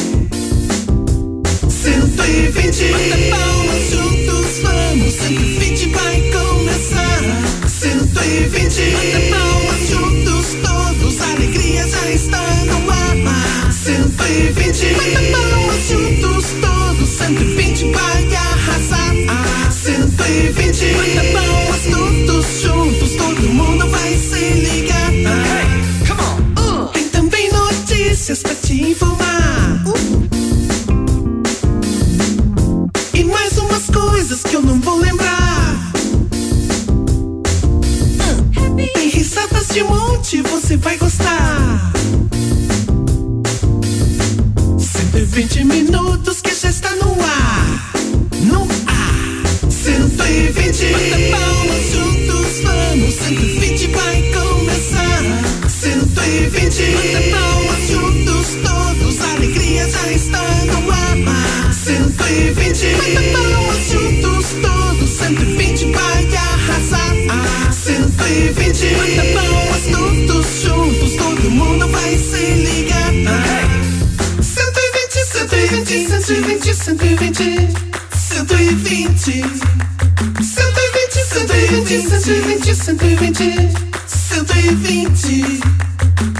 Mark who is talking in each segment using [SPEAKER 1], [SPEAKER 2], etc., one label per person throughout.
[SPEAKER 1] 120 Bata palmas juntos, vamos 120 vai começar 120 Bata palmas juntos todos, a alegria já está no ar 120 Bata palmas juntos todos, 120 vai arrasar 120 Bata palmas todos juntos, todo mundo vai se ligar Tem também notícias pra te informar e mais umas coisas que eu não vou lembrar. Tem risadas de monte, você vai gostar. 120 minutos que já está no ar. No ar. 120. Bata palmas juntos, vamos. 120 vai começar. 120. Bata palmas juntos todos, a alegria já está no ar. 120. Bata palmas juntos todos, 120 vai arrasar. 120. Bata palmas todos juntos, todo mundo vai se ligar. 120, 120, 120, 120. 120, 120, 120, 120, 120.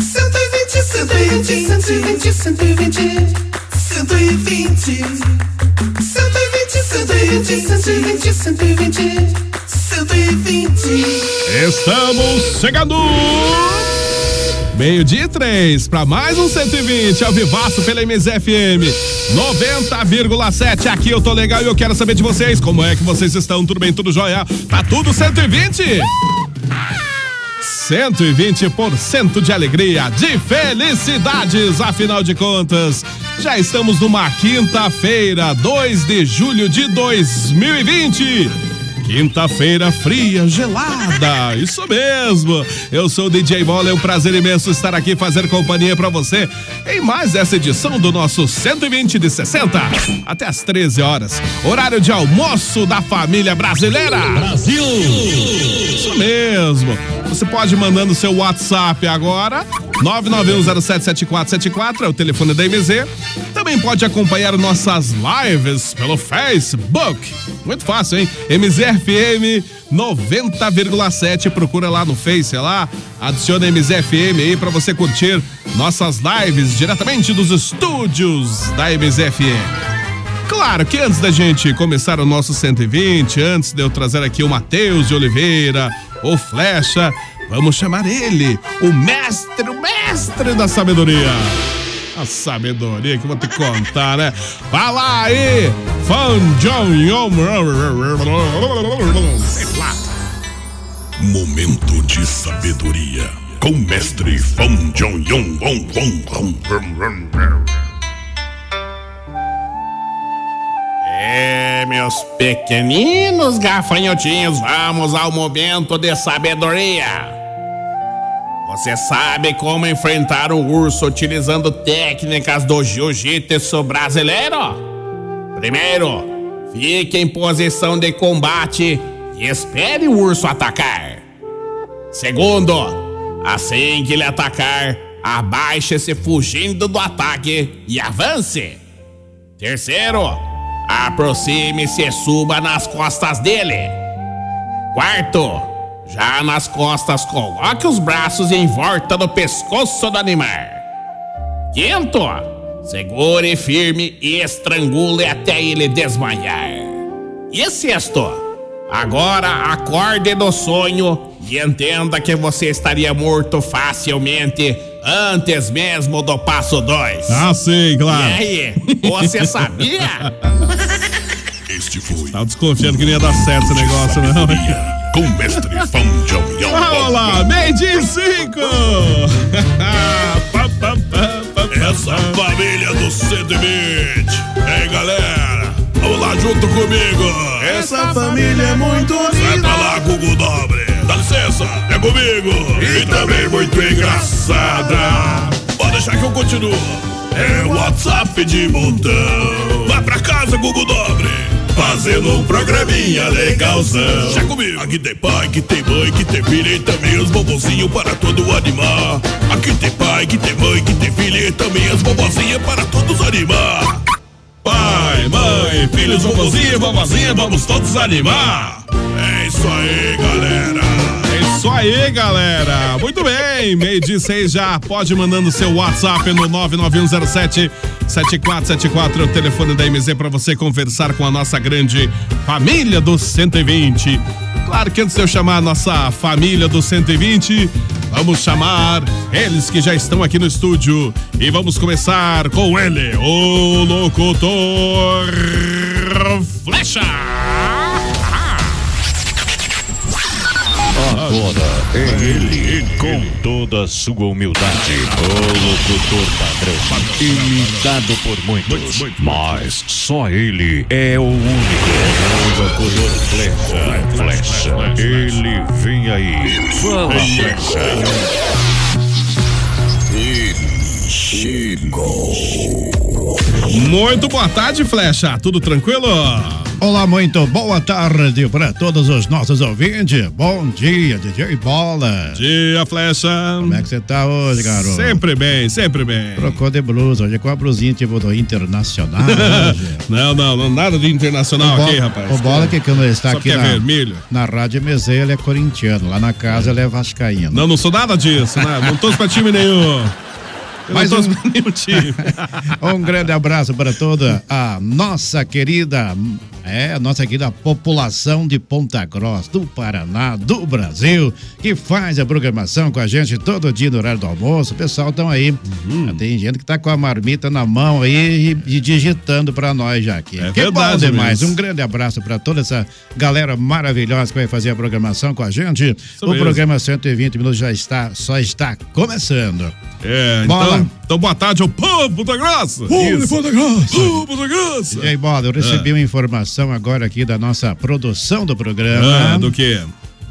[SPEAKER 1] 120, 120, 120, 120, 120. 120, 120, 120, 120.
[SPEAKER 2] Estamos chegando! Meio-dia e três para mais um 120 ao Vivaço pela MZFM 90,7. Aqui eu tô legal e eu quero saber de vocês. Como é que vocês estão? Tudo bem? Tudo jóia? Tá tudo 120? 120% de alegria, de felicidades, afinal de contas. Já estamos numa quinta-feira, 2 de julho de 2020. Quinta-feira fria, gelada, isso mesmo. Eu sou o DJ Bola, é um prazer imenso estar aqui fazer companhia pra você em mais essa edição do nosso 120 de 60 até as 13 horas, horário de almoço da família brasileira. Brasil! Isso mesmo. Você pode ir mandando seu WhatsApp agora, 991077474 é o telefone da MZ. Também pode acompanhar nossas lives pelo Facebook. Muito fácil, hein? MZFM 90,7. Procura lá no Face, é lá. Adiciona MZFM aí pra você curtir nossas lives diretamente dos estúdios da MZFM. Claro que antes da gente começar o nosso 120, antes de eu trazer aqui o Matheus de Oliveira, o Flecha, vamos chamar ele, o mestre, o mestre da sabedoria. A sabedoria que eu vou te contar, né? Fala aí, Fanjon Sei lá.
[SPEAKER 3] Momento de sabedoria com mestre Fan Jong Yong Wong Wong Wong Wong Wong Wong.
[SPEAKER 4] É, meus pequeninos gafanhotinhos, vamos ao momento de sabedoria. Você sabe como enfrentar o urso utilizando técnicas do jiu-jitsu brasileiro? Primeiro, fique em posição de combate e espere o urso atacar. Segundo, assim que ele atacar, abaixe-se fugindo do ataque e avance. Terceiro, aproxime-se e suba nas costas dele. Quarto, já nas costas, coloque os braços em volta do pescoço do animal. Quinto, segure firme e estrangule até ele desmaiar. E sexto, agora acorde do sonho e entenda que você estaria morto facilmente antes mesmo do passo 2.
[SPEAKER 2] Ah, sim,
[SPEAKER 4] E
[SPEAKER 2] claro.
[SPEAKER 4] aí, você sabia?
[SPEAKER 3] Este foi
[SPEAKER 2] Tava tá desconfiando que não ia dar certo esse negócio, não.
[SPEAKER 3] Sabedoria com mestre Fan Jong Yong
[SPEAKER 2] Ah,
[SPEAKER 3] Wong
[SPEAKER 2] Olá, meio dia e cinco!
[SPEAKER 3] Ah,
[SPEAKER 2] Pá, pá, pá, pá, pá.
[SPEAKER 3] Essa família do 120 junto comigo.
[SPEAKER 1] Essa família é muito
[SPEAKER 3] Vai pra
[SPEAKER 1] unida.
[SPEAKER 3] lá, Gugu Dobre. Dá licença, é comigo. E também muito engraçada. Pode deixar que eu continuo. É WhatsApp de montão. Vai pra casa, Gugu Dobre. Fazendo um programinha legalzão. Chega comigo. Aqui tem pai, que tem mãe, que tem filha e também os bobozinhos para todo animar. Aqui tem pai, que tem mãe, que tem filha e também as bobozinhas para todos animar. Pai, mãe, filhos, vovozinha, vovozinha, vamos todos animar. É isso aí, galera.
[SPEAKER 2] É isso aí, galera. Muito bem, meio de seis já. Pode ir mandando seu WhatsApp no 99107 7474, o telefone da MZ para você conversar com a nossa grande família do 120. Claro que antes de eu chamar a nossa família do 120, vamos chamar eles que já estão aqui no estúdio e vamos começar com ele, o locutor Flecha.
[SPEAKER 5] Agora, ele, com toda a sua humildade, o locutor padrão, imitado por muitos, mas só ele é o único. O locutor flecha, flecha, ele vem aí. Fala, flecha.
[SPEAKER 2] Muito boa tarde, Flecha. Tudo tranquilo?
[SPEAKER 6] Olá, muito boa tarde para todos os nossos ouvintes. Bom dia, DJ Bola.
[SPEAKER 2] Dia, Flecha.
[SPEAKER 6] Como é que você tá hoje, garoto?
[SPEAKER 2] Sempre bem, sempre bem.
[SPEAKER 6] Trocou de blusa, hoje com a blusinha tipo do Internacional. hoje.
[SPEAKER 2] Ah, Não, não, não, nada de internacional
[SPEAKER 6] O
[SPEAKER 2] aqui,
[SPEAKER 6] Bola-
[SPEAKER 2] rapaz.
[SPEAKER 6] O Bola que quando ele está
[SPEAKER 2] Só
[SPEAKER 6] aqui
[SPEAKER 2] porque é
[SPEAKER 6] na,
[SPEAKER 2] vermelho.
[SPEAKER 6] na Rádio MZ, ele é corintiano. Lá na casa, ele é vascaíno.
[SPEAKER 2] Não, não sou nada disso, né? Não torço pra time nenhum. Eu
[SPEAKER 6] Mais
[SPEAKER 2] não torço
[SPEAKER 6] um.
[SPEAKER 2] pra nenhum time.
[SPEAKER 6] Um grande abraço para toda a nossa querida, é, a nossa querida população de Ponta Grossa, do Paraná, do Brasil, que faz a programação com a gente todo dia no horário do almoço. O pessoal estão aí.
[SPEAKER 2] Uhum.
[SPEAKER 6] Tem gente que tá com a marmita na mão aí e, e digitando para nós já aqui.
[SPEAKER 2] É
[SPEAKER 6] que
[SPEAKER 2] verdade
[SPEAKER 6] bom demais.
[SPEAKER 2] mesmo.
[SPEAKER 6] Um grande abraço para toda essa galera maravilhosa que vai fazer a programação com a gente. o
[SPEAKER 2] mesmo.
[SPEAKER 6] programa 120 minutos já está, só está começando.
[SPEAKER 2] É,
[SPEAKER 6] Bola.
[SPEAKER 2] então, então boa tarde ao povo, Ponta Grossa. Isso. Povo, Ah. Ponta Grossa.
[SPEAKER 6] E aí, Bola, eu recebi uma informação agora aqui da nossa produção do programa.
[SPEAKER 2] Ah, do que?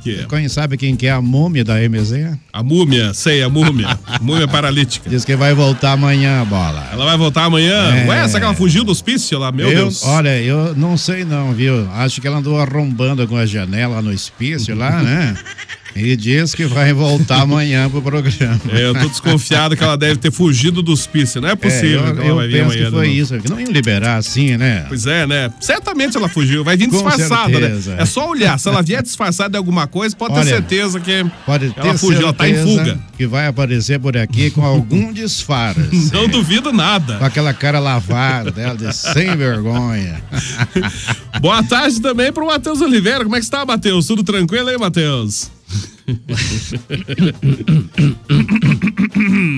[SPEAKER 2] que?
[SPEAKER 6] Quem sabe quem que é a múmia da MZ?
[SPEAKER 2] A múmia, sei, a múmia. múmia paralítica.
[SPEAKER 6] Diz que vai voltar amanhã, Bola.
[SPEAKER 2] Ela vai voltar amanhã.
[SPEAKER 6] É.
[SPEAKER 2] Ué, será que ela fugiu do hospício lá? Meu
[SPEAKER 6] eu,
[SPEAKER 2] Deus.
[SPEAKER 6] Olha, eu não sei não, viu? Acho que ela andou arrombando alguma janela lá no hospício lá, né? E diz que vai voltar amanhã pro programa.
[SPEAKER 2] É, eu tô desconfiado que ela deve ter fugido do hospício. Não é
[SPEAKER 6] É,
[SPEAKER 2] possível
[SPEAKER 6] eu,
[SPEAKER 2] que ela
[SPEAKER 6] eu
[SPEAKER 2] vai vir
[SPEAKER 6] penso
[SPEAKER 2] amanhã.
[SPEAKER 6] que foi
[SPEAKER 2] não.
[SPEAKER 6] isso. Não iam liberar assim, né?
[SPEAKER 2] Pois é, né? Certamente ela fugiu. Vai vir
[SPEAKER 6] Com
[SPEAKER 2] disfarçada,
[SPEAKER 6] certeza.
[SPEAKER 2] né? É só olhar. Se ela vier disfarçada de alguma coisa, pode ter
[SPEAKER 6] Olha,
[SPEAKER 2] certeza que
[SPEAKER 6] Pode ter
[SPEAKER 2] ela fugiu. Ela tá em
[SPEAKER 6] certeza
[SPEAKER 2] fuga.
[SPEAKER 6] que vai aparecer por aqui com algum disfarce.
[SPEAKER 2] Não duvido
[SPEAKER 6] Com
[SPEAKER 2] nada.
[SPEAKER 6] aquela cara lavada dela de sem vergonha.
[SPEAKER 2] Boa tarde também pro Matheus Oliveira. Como é que está, Matheus? Tudo tranquilo aí, Matheus?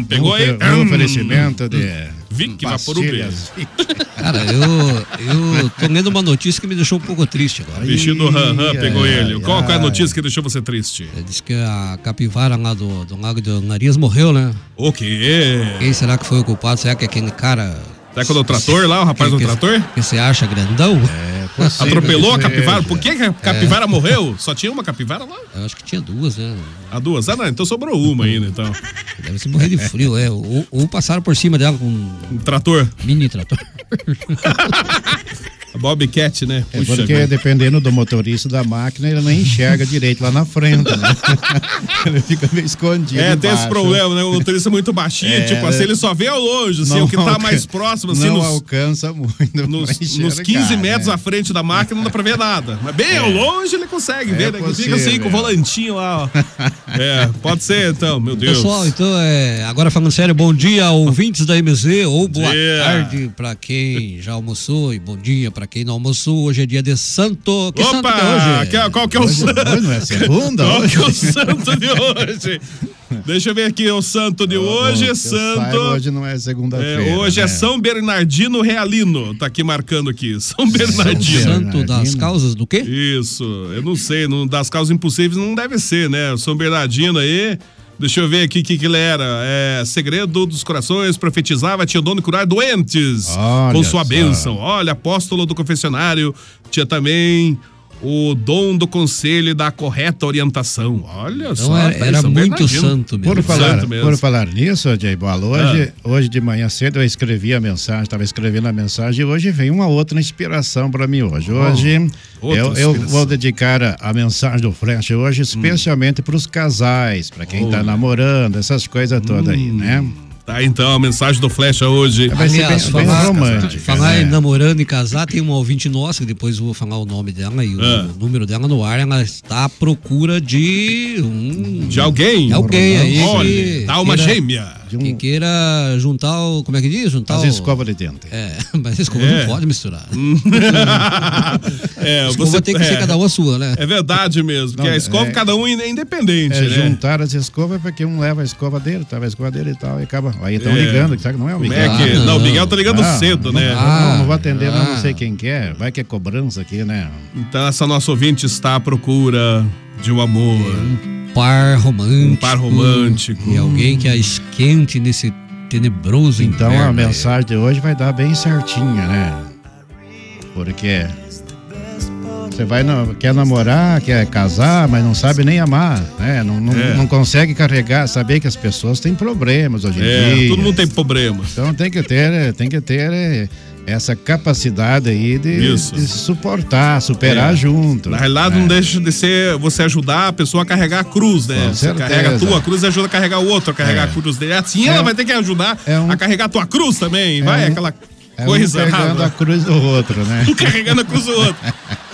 [SPEAKER 2] Pegou aí? Hum.
[SPEAKER 6] Um, um oferecimento de.
[SPEAKER 2] Vic Vaporub.
[SPEAKER 6] pastilhas.
[SPEAKER 7] Cara, eu, eu tô lendo uma notícia que me deixou um pouco triste agora.
[SPEAKER 2] Vestido Han Han
[SPEAKER 6] Ih,
[SPEAKER 2] pegou
[SPEAKER 6] ai,
[SPEAKER 2] ele. Qual,
[SPEAKER 6] ai.
[SPEAKER 2] qual é a notícia que deixou você triste?
[SPEAKER 7] Diz que a capivara lá do, do Lago do Nariz morreu, né?
[SPEAKER 2] O quê?
[SPEAKER 7] Quem será que foi o culpado? Será que é aquele cara.
[SPEAKER 2] Será que é do trator lá, o rapaz do
[SPEAKER 7] que,
[SPEAKER 2] trator?
[SPEAKER 7] Que você acha grandão?
[SPEAKER 6] É possível
[SPEAKER 2] Atropelou a
[SPEAKER 6] que
[SPEAKER 2] capivara?
[SPEAKER 6] seja.
[SPEAKER 2] Por que que a capivara morreu? Só tinha uma capivara lá?
[SPEAKER 7] É. Eu acho que tinha duas, né?
[SPEAKER 2] A duas? Ah, não, então sobrou uma ainda, então.
[SPEAKER 7] Deve se morrer de frio, é. Ou, ou passaram por cima dela com um
[SPEAKER 2] Um trator.
[SPEAKER 7] mini trator.
[SPEAKER 2] A Bobcat, né?
[SPEAKER 6] É
[SPEAKER 2] Puxa
[SPEAKER 6] porque
[SPEAKER 2] vida.
[SPEAKER 6] dependendo do motorista da máquina, ele não enxerga direito lá na frente, né? Ele fica meio escondido.
[SPEAKER 2] É, tem esse
[SPEAKER 6] embaixo.
[SPEAKER 2] problema, né? O motorista é muito baixinho,
[SPEAKER 6] É,
[SPEAKER 2] tipo assim, ele só vê ao longe, assim,
[SPEAKER 6] Não
[SPEAKER 2] o que tá
[SPEAKER 6] alcan-
[SPEAKER 2] mais próximo, assim,
[SPEAKER 6] Não
[SPEAKER 2] nos,
[SPEAKER 6] alcança muito.
[SPEAKER 2] nos,
[SPEAKER 6] pra enxergar,
[SPEAKER 2] nos 15 metros
[SPEAKER 6] né?
[SPEAKER 2] à frente da máquina não dá pra ver nada. Mas bem ao longe ele consegue
[SPEAKER 6] É
[SPEAKER 2] ver, né? Que Fica
[SPEAKER 6] possível.
[SPEAKER 2] assim, com o volantinho lá, ó. É, pode ser então, meu Deus.
[SPEAKER 7] Pessoal, então é. Agora falando sério, bom dia, ouvintes da MZ, ou boa
[SPEAKER 2] dia.
[SPEAKER 7] tarde pra quem já almoçou e bom dia pra quem não almoçou. Hoje é dia de santo. Que santo que é
[SPEAKER 2] Opa!
[SPEAKER 7] hoje?
[SPEAKER 2] que- qual que é o
[SPEAKER 6] Hoje,
[SPEAKER 2] santo?
[SPEAKER 6] hoje não é segunda?
[SPEAKER 2] Qual
[SPEAKER 6] hoje?
[SPEAKER 2] que é o santo de hoje? Deixa eu ver aqui, o santo de hoje, é
[SPEAKER 6] Que eu saiba,
[SPEAKER 2] santo.
[SPEAKER 6] hoje não é
[SPEAKER 2] É,
[SPEAKER 6] segunda-feira.
[SPEAKER 2] hoje é
[SPEAKER 6] né?
[SPEAKER 2] São Bernardino Realino, tá aqui marcando aqui, São Bernardino.
[SPEAKER 6] Bernardino.
[SPEAKER 7] Santo das causas do quê?
[SPEAKER 2] Isso, eu não sei, não, das causas impossíveis não deve ser, né? São Bernardino aí Deixa eu ver aqui o que, que ele era. É, segredo dos corações, profetizava, tinha o dono de curar doentes com
[SPEAKER 6] Olha
[SPEAKER 2] sua
[SPEAKER 6] só.
[SPEAKER 2] bênção. Olha, apóstolo do confessionário, tinha também o dom do conselho e da correta orientação. Olha só.
[SPEAKER 7] Então era-
[SPEAKER 2] tá aí,
[SPEAKER 7] era
[SPEAKER 2] São
[SPEAKER 7] muito
[SPEAKER 2] Bernardino.
[SPEAKER 7] santo mesmo.
[SPEAKER 6] Por falar,
[SPEAKER 2] Santo mesmo. Ah.
[SPEAKER 6] por falar nisso, Jay Bola, hoje, hoje de manhã cedo eu escrevi a mensagem, estava escrevendo a mensagem e hoje vem uma outra inspiração para mim hoje. Hoje
[SPEAKER 2] outra
[SPEAKER 6] eu, eu
[SPEAKER 2] inspiração.
[SPEAKER 6] vou dedicar a, a mensagem do Flash hoje especialmente para os casais, para quem está namorando, essas coisas todas aí, né?
[SPEAKER 7] Hum.
[SPEAKER 2] Tá então a mensagem do Flecha hoje.
[SPEAKER 6] Vai ser
[SPEAKER 7] Aliás,
[SPEAKER 6] bem, bem
[SPEAKER 7] falar-
[SPEAKER 6] romântica.
[SPEAKER 7] Falar em
[SPEAKER 6] né?
[SPEAKER 7] namorando e casar, tem uma ouvinte nossa, que depois eu vou falar o nome dela e o,
[SPEAKER 2] Ah.
[SPEAKER 7] o número dela no ar. Ela está à procura de um.
[SPEAKER 2] De alguém.
[SPEAKER 7] de alguém aí.
[SPEAKER 2] Olha, dá uma
[SPEAKER 7] queira-
[SPEAKER 2] gêmea.
[SPEAKER 6] De
[SPEAKER 7] Que
[SPEAKER 6] um,
[SPEAKER 7] queira juntar o. Como é que diz? Juntar
[SPEAKER 6] as
[SPEAKER 7] o.
[SPEAKER 6] escovas de dente.
[SPEAKER 7] É, mas escova
[SPEAKER 2] É. Hum.
[SPEAKER 7] não pode misturar.
[SPEAKER 2] é,
[SPEAKER 7] escova tem que
[SPEAKER 2] é,
[SPEAKER 7] ser cada uma sua, né?
[SPEAKER 2] É verdade mesmo, porque
[SPEAKER 6] Não,
[SPEAKER 2] a escova
[SPEAKER 6] é-
[SPEAKER 2] cada um é independente,
[SPEAKER 6] É,
[SPEAKER 2] né?
[SPEAKER 6] juntar as escovas porque um leva a escova dele, tava a escova dele e tal, e acaba. Aí estão
[SPEAKER 2] É.
[SPEAKER 6] ligando, sabe? Não é o
[SPEAKER 2] Como
[SPEAKER 6] Miguel.
[SPEAKER 2] é que...
[SPEAKER 7] Ah,
[SPEAKER 2] não,
[SPEAKER 7] não.
[SPEAKER 2] o Miguel tá ligando
[SPEAKER 6] Ah,
[SPEAKER 2] cedo, né?
[SPEAKER 6] Não, não, não vou atender, mas
[SPEAKER 7] Ah.
[SPEAKER 6] não sei quem que é. Vai que é cobrança aqui, né?
[SPEAKER 2] Então essa nossa ouvinte está à procura de um amor.
[SPEAKER 7] É Par romântico.
[SPEAKER 2] Um par romântico.
[SPEAKER 7] E alguém que é a esquente nesse tenebroso
[SPEAKER 6] Então
[SPEAKER 2] É,
[SPEAKER 7] inverno.
[SPEAKER 6] a
[SPEAKER 7] aí.
[SPEAKER 6] mensagem de hoje vai dar bem certinha, né? Porque você vai na- quer namorar, quer casar, mas não sabe nem amar, né? Não, não,
[SPEAKER 2] É.
[SPEAKER 6] não consegue carregar, saber que as pessoas têm problemas hoje em
[SPEAKER 2] É,
[SPEAKER 6] dia.
[SPEAKER 2] todo mundo tem problema.
[SPEAKER 6] Então tem que ter, eh, tem que ter eh, essa capacidade aí de,
[SPEAKER 2] Isso.
[SPEAKER 6] de suportar, superar
[SPEAKER 2] É.
[SPEAKER 6] junto.
[SPEAKER 2] Na realidade,
[SPEAKER 6] né?
[SPEAKER 7] É.
[SPEAKER 2] não deixa de ser você ajudar a pessoa a carregar a cruz, né?
[SPEAKER 6] Com
[SPEAKER 2] Você
[SPEAKER 6] certeza.
[SPEAKER 2] carrega a tua cruz e ajuda a carregar o outro a carregar
[SPEAKER 6] É.
[SPEAKER 2] a cruz dele. Assim ela
[SPEAKER 6] É.
[SPEAKER 2] vai ter que ajudar
[SPEAKER 6] É um-
[SPEAKER 2] a carregar a tua cruz também. vai,
[SPEAKER 6] um-
[SPEAKER 2] aquela
[SPEAKER 6] É um
[SPEAKER 2] coisa
[SPEAKER 6] pegando
[SPEAKER 2] errada.
[SPEAKER 6] a cruz do outro, né?
[SPEAKER 2] Um carregando a cruz do outro.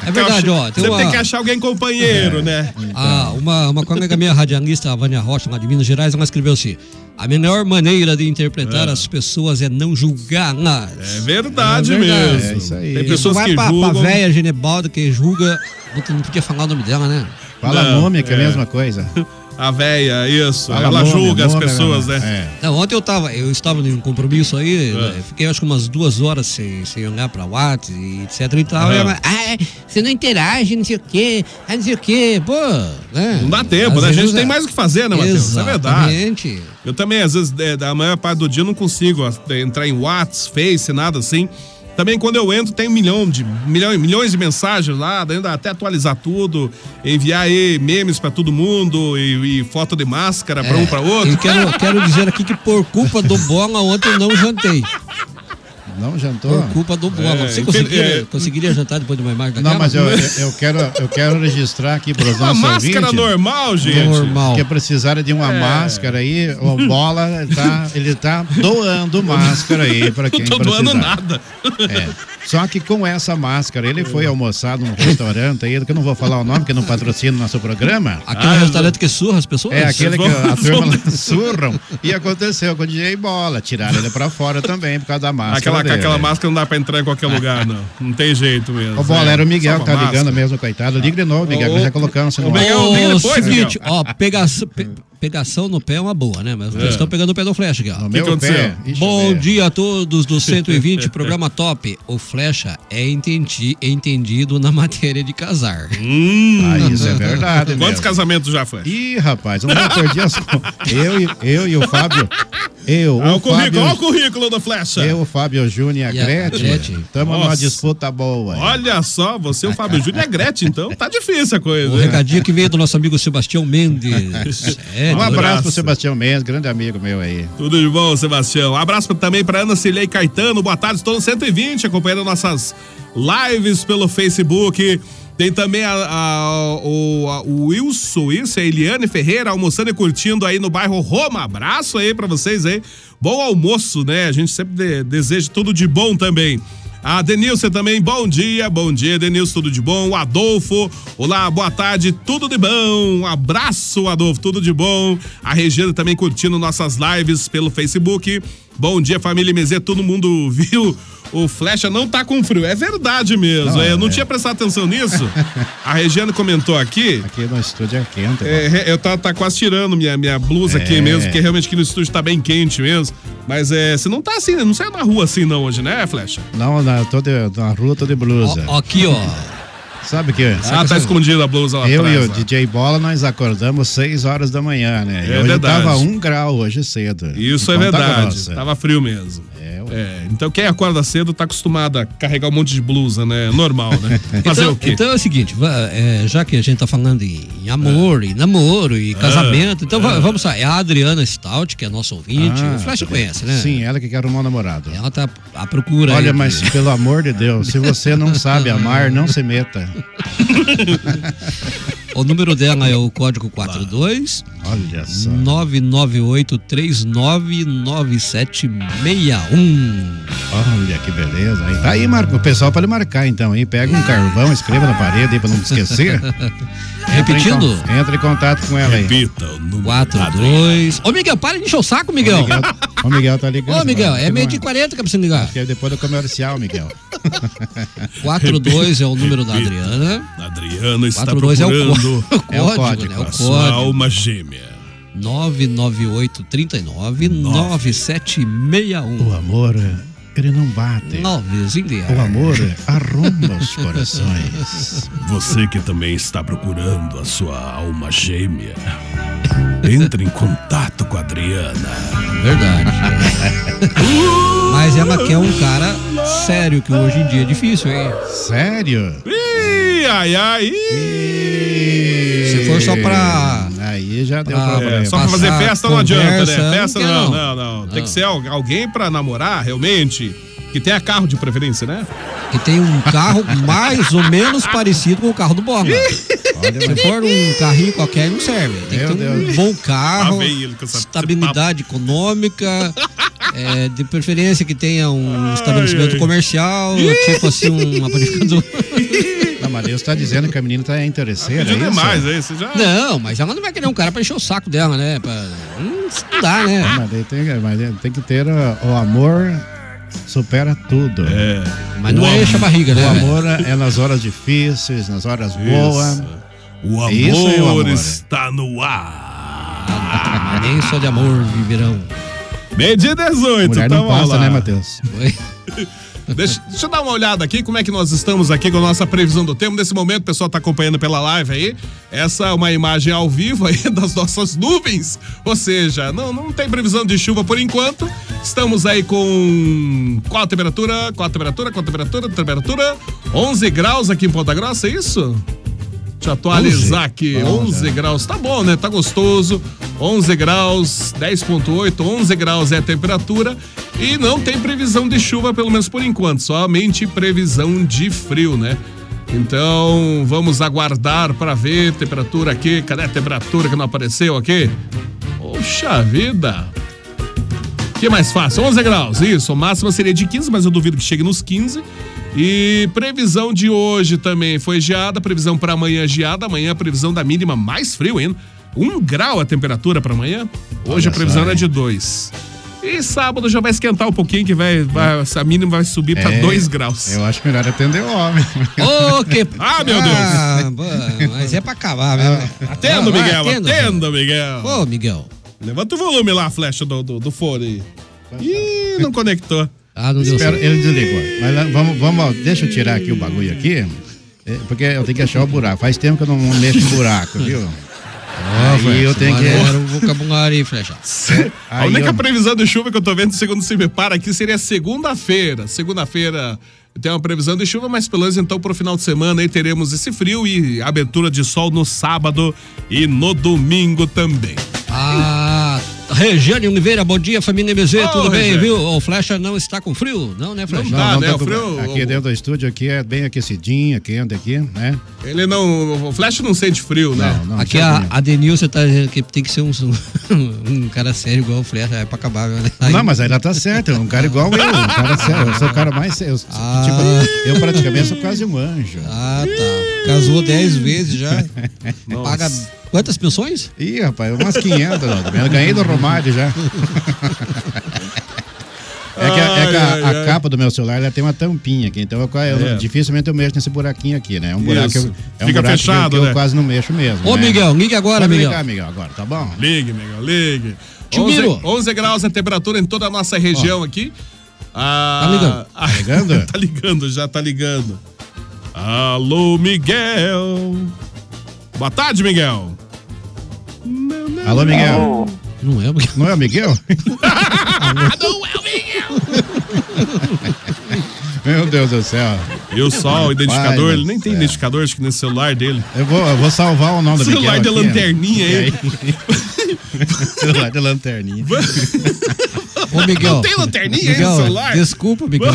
[SPEAKER 7] É verdade, ó. Tem
[SPEAKER 2] Você tem
[SPEAKER 7] uma-
[SPEAKER 2] que achar alguém
[SPEAKER 6] É.
[SPEAKER 2] companheiro, né?
[SPEAKER 7] Ah, uma, uma colega minha radialista, a Vânia Rocha, lá de Minas Gerais, ela escreveu assim: A melhor maneira de interpretar as pessoas é não
[SPEAKER 2] É
[SPEAKER 7] julgá-las.
[SPEAKER 2] verdade,
[SPEAKER 7] É verdade.
[SPEAKER 2] mesmo.
[SPEAKER 6] É isso aí.
[SPEAKER 2] Tem
[SPEAKER 7] Isso
[SPEAKER 2] pessoas
[SPEAKER 7] vai
[SPEAKER 2] que
[SPEAKER 7] pra, pra
[SPEAKER 2] julgam.
[SPEAKER 7] véia Genebalda que julga. Puta, Não podia falar o nome dela, né?
[SPEAKER 6] Fala
[SPEAKER 2] Não,
[SPEAKER 6] nome, que é a mesma coisa.
[SPEAKER 2] a véia, isso.
[SPEAKER 6] Fala
[SPEAKER 2] ela
[SPEAKER 6] nome,
[SPEAKER 2] julga as
[SPEAKER 6] nome,
[SPEAKER 2] pessoas, É.
[SPEAKER 6] é,
[SPEAKER 2] né?
[SPEAKER 6] é.
[SPEAKER 7] Não, ontem eu tava, eu estava em um compromisso aí, né? fiquei acho que umas duas horas sem, sem olhar pra WhatsApp e etc e tal.
[SPEAKER 2] Aham.
[SPEAKER 7] E ela, ah, é, você não interage, não sei o quê, ah, não sei o quê, pô. né?
[SPEAKER 2] Não dá tempo,
[SPEAKER 7] Às
[SPEAKER 2] né? A gente
[SPEAKER 7] vezes
[SPEAKER 2] tem
[SPEAKER 7] é-
[SPEAKER 2] mais o que fazer, né, Matheus? Isso é verdade.
[SPEAKER 7] Exatamente.
[SPEAKER 2] Eu também, às vezes, é, da maior parte do dia, eu não consigo ó, entrar em Whats, Face, nada assim. Também quando eu entro, tem um milhão de milhão, milhões de mensagens lá, daí dá até atualizar tudo, enviar aí memes pra todo mundo e, e foto de máscara pra um pra outro.
[SPEAKER 7] é. E quero, quero dizer aqui que por culpa do Bola ontem eu não jantei.
[SPEAKER 6] Não jantou?
[SPEAKER 7] Por culpa do Bola.
[SPEAKER 2] É,
[SPEAKER 7] Você
[SPEAKER 2] infel-
[SPEAKER 7] conseguiria,
[SPEAKER 2] é.
[SPEAKER 7] conseguiria jantar depois de uma imagem daquela?
[SPEAKER 6] Não, mas eu, eu- eu quero, eu quero registrar aqui para os
[SPEAKER 2] Uma
[SPEAKER 6] nossos
[SPEAKER 2] máscara
[SPEAKER 6] ouvintes.
[SPEAKER 2] normal, gente. É.
[SPEAKER 7] Normal.
[SPEAKER 6] Que precisaram de uma máscara aí, o Bola tá, ele tá doando máscara aí para quem
[SPEAKER 2] Não tô
[SPEAKER 6] precisar.
[SPEAKER 2] doando nada.
[SPEAKER 6] É. Só que com essa máscara, ele foi almoçar num restaurante aí, que eu não vou falar o nome, que não patrocina o nosso programa.
[SPEAKER 7] Aquele restaurante que surra as pessoas?
[SPEAKER 6] É aquele que a
[SPEAKER 2] Ah, Vamos-
[SPEAKER 6] turma lá surram. E aconteceu com o DJ Bola. Tiraram ele pra fora também por causa da máscara.
[SPEAKER 2] Aquela,
[SPEAKER 6] dele.
[SPEAKER 2] aquela máscara não dá pra entrar em qualquer lugar, não. Não tem jeito mesmo.
[SPEAKER 6] O Bola
[SPEAKER 2] É,
[SPEAKER 6] era o Miguel
[SPEAKER 2] só
[SPEAKER 6] que
[SPEAKER 2] uma
[SPEAKER 6] tá ligando
[SPEAKER 2] máscara.
[SPEAKER 6] mesmo, coitado. Liga de novo, Miguel, que
[SPEAKER 2] Ô,
[SPEAKER 6] já colocamos você
[SPEAKER 2] ô,
[SPEAKER 6] no
[SPEAKER 2] Miguel,
[SPEAKER 6] ar.
[SPEAKER 2] Legal, liga
[SPEAKER 7] Ô,
[SPEAKER 2] depois,
[SPEAKER 7] seguinte, ó, pegação, pe- pegação no pé é uma boa, né? Mas vocês estão pegando o pé do flecha aqui, ó.
[SPEAKER 6] No meu
[SPEAKER 2] aconteceu?
[SPEAKER 6] pé. Ixi,
[SPEAKER 7] Bom
[SPEAKER 6] velho.
[SPEAKER 7] dia a todos do 120, programa top. O Flecha é entendi- entendido na matéria de casar.
[SPEAKER 6] Ah, isso é verdade.
[SPEAKER 2] Hum. Quantos
[SPEAKER 6] mesmo.
[SPEAKER 2] casamentos já foi?
[SPEAKER 6] Ih, rapaz, eu não perdi as contas. Eu, e- eu e o Fábio. Eu,
[SPEAKER 2] Olha
[SPEAKER 6] o
[SPEAKER 2] o currículo, olha o
[SPEAKER 6] Fábio.
[SPEAKER 2] currículo da flecha.
[SPEAKER 6] Eu, o Fábio Júnior e
[SPEAKER 7] E a
[SPEAKER 6] a Gretchen.
[SPEAKER 7] Gretchen.
[SPEAKER 6] Estamos numa
[SPEAKER 2] Nossa.
[SPEAKER 6] disputa tá boa. aí.
[SPEAKER 2] Olha só, você, o Fábio Júnior e a Gretchen, então tá difícil a
[SPEAKER 7] O
[SPEAKER 2] coisa. hein?
[SPEAKER 7] recadinho que veio do nosso amigo Sebastião Mendes. É,
[SPEAKER 6] Um abraço
[SPEAKER 2] abraço.
[SPEAKER 6] pro Sebastião Mendes, grande amigo meu aí.
[SPEAKER 2] Tudo de bom, Sebastião. Abraço também para Ana Cilei Caetano. Boa tarde, estou no 120, acompanhando nossas lives pelo Facebook. Tem também a, a- o, a- o Wilson, isso, a Eliane Ferreira, almoçando e curtindo aí no bairro Roma. Abraço aí para vocês aí. Bom almoço, né? A gente sempre de- deseja tudo de bom também. A Ah, Denilson também, bom dia, bom dia, Denilson, tudo de bom? O Adolfo, olá, boa tarde, tudo de bom? Um abraço, Adolfo, tudo de bom? A Regina também curtindo nossas lives pelo Facebook. Bom dia, família MZ, todo mundo viu? O Flecha não tá com frio, é verdade mesmo, eu não é. tinha prestado atenção nisso. A Regina comentou aqui,
[SPEAKER 6] Aqui no estúdio é quente.
[SPEAKER 2] é, re- eu tá, tá quase tirando minha, minha blusa aqui mesmo, porque realmente aqui no estúdio tá bem quente mesmo. Mas é, você não tá assim, não saiu na rua assim não hoje, né, Flecha?
[SPEAKER 6] Não, na, tô de, na rua tô de blusa.
[SPEAKER 7] Ó, ó, aqui, ó.
[SPEAKER 6] É, Sabe que.
[SPEAKER 2] Ah, tá escondida a blusa lá
[SPEAKER 6] Eu
[SPEAKER 2] atrás,
[SPEAKER 6] e o
[SPEAKER 2] lá.
[SPEAKER 6] DJ Bola, nós acordamos 6 horas da manhã, né?
[SPEAKER 2] É
[SPEAKER 6] e hoje
[SPEAKER 2] verdade.
[SPEAKER 6] tava um grau hoje cedo.
[SPEAKER 2] Isso é
[SPEAKER 6] Então tá
[SPEAKER 2] verdade.
[SPEAKER 6] grossa.
[SPEAKER 2] Tava frio mesmo. É, então quem acorda cedo tá acostumado a carregar um monte de blusa, né? Normal, né? Fazer
[SPEAKER 7] então,
[SPEAKER 2] o quê?
[SPEAKER 7] então é o seguinte, va- é, já que a gente tá falando em, em
[SPEAKER 6] É.
[SPEAKER 7] amor, em namoro, e casamento, então va- vamos lá. É a Adriana Stout, que é nossa ouvinte,
[SPEAKER 6] Ah,
[SPEAKER 7] o Flash conhece, né?
[SPEAKER 6] Sim, ela que quer arrumar um namorado.
[SPEAKER 7] Ela tá à procura aí
[SPEAKER 6] Olha,
[SPEAKER 7] de-
[SPEAKER 6] mas pelo amor de Deus, se você não sabe amar, não se meta.
[SPEAKER 7] O número dela é o código 42
[SPEAKER 6] Olha só.
[SPEAKER 7] 998 399761.
[SPEAKER 6] Olha que beleza. Aí tá aí, Marco. O pessoal pode marcar então, hein? Pega um carvão, escreva na parede aí pra não esquecer.
[SPEAKER 7] Repetindo?
[SPEAKER 6] Entra em, con- entra em contato com ela aí.
[SPEAKER 3] Repita o número.
[SPEAKER 7] 42. Ô, Miguel, para de encher o saco, Miguel.
[SPEAKER 6] Miguel, o Miguel tá ligando.
[SPEAKER 7] Ô, Miguel, é
[SPEAKER 6] Que
[SPEAKER 7] meio
[SPEAKER 6] não
[SPEAKER 7] de 40 que é pra você ligar.
[SPEAKER 6] Que é depois do comercial, Miguel.
[SPEAKER 7] 42 é o número da
[SPEAKER 3] Repita.
[SPEAKER 7] Adriana.
[SPEAKER 3] Adriano está
[SPEAKER 7] 42 é o,
[SPEAKER 3] procurando
[SPEAKER 7] có-
[SPEAKER 6] É o
[SPEAKER 7] código,
[SPEAKER 6] código,
[SPEAKER 7] né? O
[SPEAKER 6] a
[SPEAKER 3] sua
[SPEAKER 7] código.
[SPEAKER 3] alma gêmea.
[SPEAKER 7] 998 39
[SPEAKER 6] O
[SPEAKER 7] 9761.
[SPEAKER 6] amor, ele não bate.
[SPEAKER 7] Noves India.
[SPEAKER 6] O amor arromba os corações.
[SPEAKER 3] Você que também está procurando a sua alma gêmea, entre em contato com a Adriana.
[SPEAKER 7] Verdade. Mas ela quer um cara sério, que hoje em dia é difícil, hein?
[SPEAKER 6] Sério?
[SPEAKER 2] Ih, ai, ai. ih.
[SPEAKER 7] Se for só pra.
[SPEAKER 6] Aí já deu
[SPEAKER 7] Pra-
[SPEAKER 6] problema.
[SPEAKER 2] É, só pra
[SPEAKER 7] Passar
[SPEAKER 2] fazer festa não adianta,
[SPEAKER 7] conversa,
[SPEAKER 2] né? Festa
[SPEAKER 7] não
[SPEAKER 2] não,
[SPEAKER 7] quer
[SPEAKER 2] não,
[SPEAKER 7] não.
[SPEAKER 2] não, Tem
[SPEAKER 7] Não.
[SPEAKER 2] que ser al- alguém pra namorar, realmente, que tenha carro de preferência, né?
[SPEAKER 7] que tem um carro mais ou menos parecido com o carro do Borba. Se for um carrinho qualquer, não serve. Tem que
[SPEAKER 6] Meu
[SPEAKER 7] ter um
[SPEAKER 6] Deus.
[SPEAKER 7] bom
[SPEAKER 2] Lá
[SPEAKER 7] carro,
[SPEAKER 2] vem ele com essa-
[SPEAKER 7] estabilidade econômica, é, de preferência que tenha um estabelecimento
[SPEAKER 2] ai.
[SPEAKER 7] comercial, tipo assim, um aplicador.
[SPEAKER 6] Não, mas Deus tá dizendo que a menina tá interesseira,
[SPEAKER 2] Não
[SPEAKER 6] é isso?
[SPEAKER 2] é mais, aí você já.
[SPEAKER 7] Não, mas ela não vai querer um cara pra encher o saco dela, né? Pra... Hum, isso Não dá, né?
[SPEAKER 6] Mas, daí tem, mas daí tem que ter ó, o amor supera tudo.
[SPEAKER 2] É.
[SPEAKER 7] Mas não enche a barriga, né?
[SPEAKER 6] O
[SPEAKER 7] velho?
[SPEAKER 6] amor é nas horas difíceis, nas horas boas.
[SPEAKER 3] O amor,
[SPEAKER 6] Isso é o amor.
[SPEAKER 3] está no ar.
[SPEAKER 7] Ah, Mas nem só de amor viverão.
[SPEAKER 2] Meio dia 18,
[SPEAKER 6] Mulher
[SPEAKER 2] então
[SPEAKER 6] não
[SPEAKER 2] vamos
[SPEAKER 6] passa,
[SPEAKER 2] lá.
[SPEAKER 6] né, Matheus?
[SPEAKER 7] Oi?
[SPEAKER 2] Deixa, deixa eu dar uma olhada aqui, como é que nós estamos aqui com a nossa previsão do tempo. Nesse momento, o pessoal está acompanhando pela live aí. Essa é uma imagem ao vivo aí das nossas nuvens. Ou seja, não, não tem previsão de chuva por enquanto. Estamos aí com qual a temperatura? Qual a temperatura? Qual a temperatura? Temperatura 11 graus aqui em Ponta Grossa, é isso? Deixa eu atualizar aqui. 11 graus. Tá bom, né? Tá gostoso. 11 graus, 10,8, 11 graus é a temperatura. E não tem previsão de chuva, pelo menos por enquanto. Somente previsão de frio, né? Então, vamos aguardar para ver temperatura aqui. Cadê a temperatura que não apareceu aqui? Poxa vida! que mais fácil? 11 graus, isso. A máxima seria de 15, mas eu duvido que chegue nos 15. E previsão de hoje também foi geada, previsão para amanhã geada. Amanhã a previsão da mínima mais frio ainda. 1 grau a temperatura para amanhã. Hoje
[SPEAKER 6] Olha
[SPEAKER 2] a previsão
[SPEAKER 6] só,
[SPEAKER 2] é de 2. E sábado já vai esquentar um pouquinho, que vai, vai a mínima vai subir para
[SPEAKER 6] É,
[SPEAKER 2] 2 graus.
[SPEAKER 6] Eu acho melhor atender o homem.
[SPEAKER 7] Ô, que...
[SPEAKER 2] Ah, meu Deus.
[SPEAKER 7] Ah, bo- mas é pra acabar, mesmo.
[SPEAKER 2] Atenda,
[SPEAKER 7] Ah, vai,
[SPEAKER 2] Miguel,
[SPEAKER 7] atenda.
[SPEAKER 2] atenda, Miguel.
[SPEAKER 7] Ô, Miguel.
[SPEAKER 2] Levanta o volume lá, a flecha do, do, do fone aí. Ih, não conectou.
[SPEAKER 7] Ah, não deu
[SPEAKER 6] Espera,
[SPEAKER 7] certo.
[SPEAKER 6] ele desligou. Mas lá, vamos, vamos, ó, deixa eu tirar aqui o bagulho aqui. é, Porque eu tenho que achar o buraco. Faz tempo que eu não mexo em
[SPEAKER 7] Ah.
[SPEAKER 6] buraco, viu? aí eu tenho que-
[SPEAKER 7] Agora o vocabulário aí, um flecha.
[SPEAKER 2] A
[SPEAKER 6] Aí,
[SPEAKER 2] única
[SPEAKER 6] ó.
[SPEAKER 2] previsão de chuva que eu tô vendo, segundo se me para aqui, seria segunda-feira. Segunda-feira tem uma previsão de chuva, mas pelo menos então pro final de semana aí teremos esse frio e abertura de sol no sábado e no domingo também.
[SPEAKER 7] Ah, Regiane Oliveira, bom dia, família MZ,
[SPEAKER 2] Ô,
[SPEAKER 7] tudo bem,
[SPEAKER 2] Regiane.
[SPEAKER 7] viu? O flecha não está com frio? Não, né, flecha?
[SPEAKER 2] dá. Ah, né,
[SPEAKER 6] tá
[SPEAKER 2] o
[SPEAKER 6] com-
[SPEAKER 2] frio-
[SPEAKER 6] Aqui dentro do estúdio aqui é bem aquecidinho, quente aqui, né?
[SPEAKER 2] Ele não. O Flash não sente frio, né?
[SPEAKER 6] Não, não.
[SPEAKER 7] Aqui
[SPEAKER 6] já
[SPEAKER 7] a,
[SPEAKER 6] comigo.
[SPEAKER 7] a Denilson tá dizendo que tem que ser um, um cara sério igual o Flecha, é pra acabar. Né? Aí-
[SPEAKER 6] Não, mas ela tá certa, é um cara igual eu. Um cara sério, eu sou o cara mais sério. eu sou-
[SPEAKER 7] Ah.
[SPEAKER 6] Tipo, eu praticamente sou quase um anjo.
[SPEAKER 7] Ah, tá. Casou 10 vezes já. Paga quantas pensões?
[SPEAKER 6] Ih, rapaz, umas 500, Aldo. eu ganhei do Romário já. É que, a, é que a-
[SPEAKER 2] Ai,
[SPEAKER 6] a
[SPEAKER 2] ai, ai.
[SPEAKER 6] capa do meu celular ela tem uma tampinha aqui, então eu, eu-
[SPEAKER 2] É.
[SPEAKER 6] dificilmente eu mexo nesse buraquinho aqui, né? É um buraco,
[SPEAKER 2] Isso.
[SPEAKER 6] eu- é um
[SPEAKER 2] Fica
[SPEAKER 6] buraco que eu-
[SPEAKER 2] fechado,
[SPEAKER 6] que eu,
[SPEAKER 2] né?
[SPEAKER 6] quase não mexo mesmo.
[SPEAKER 7] Ô,
[SPEAKER 6] né?
[SPEAKER 7] Miguel, liga agora,
[SPEAKER 6] Pode
[SPEAKER 7] Miguel.
[SPEAKER 6] ligar, Miguel, agora, tá bom?
[SPEAKER 2] Ligue, Miguel, ligue.
[SPEAKER 7] Tio Miro.
[SPEAKER 2] 11 graus a temperatura em toda a nossa região aqui. Ah,
[SPEAKER 7] Tá ligando.
[SPEAKER 2] ah,
[SPEAKER 6] ligando?
[SPEAKER 2] tá ligando, já tá ligando. Alô, Miguel. Boa tarde, Miguel.
[SPEAKER 6] Alô, Miguel.
[SPEAKER 7] Não é, Miguel?
[SPEAKER 6] Não é, Miguel?
[SPEAKER 2] Não é o
[SPEAKER 6] Meu Deus do céu.
[SPEAKER 2] E o sol, o identificador,
[SPEAKER 6] Pai do
[SPEAKER 2] ele nem tem
[SPEAKER 6] céu. É
[SPEAKER 2] identificador, acho que nesse celular dele.
[SPEAKER 6] Eu vou, eu vou salvar o nome do Miguel.
[SPEAKER 2] Celular de
[SPEAKER 6] aqui, né?
[SPEAKER 2] lanterninha
[SPEAKER 6] ó.
[SPEAKER 2] aí.
[SPEAKER 6] celular de lanterninha.
[SPEAKER 7] Ô, Miguel.
[SPEAKER 2] Não tem lanterninha aí no
[SPEAKER 7] Miguel,
[SPEAKER 2] celular?
[SPEAKER 7] Desculpa, Miguel.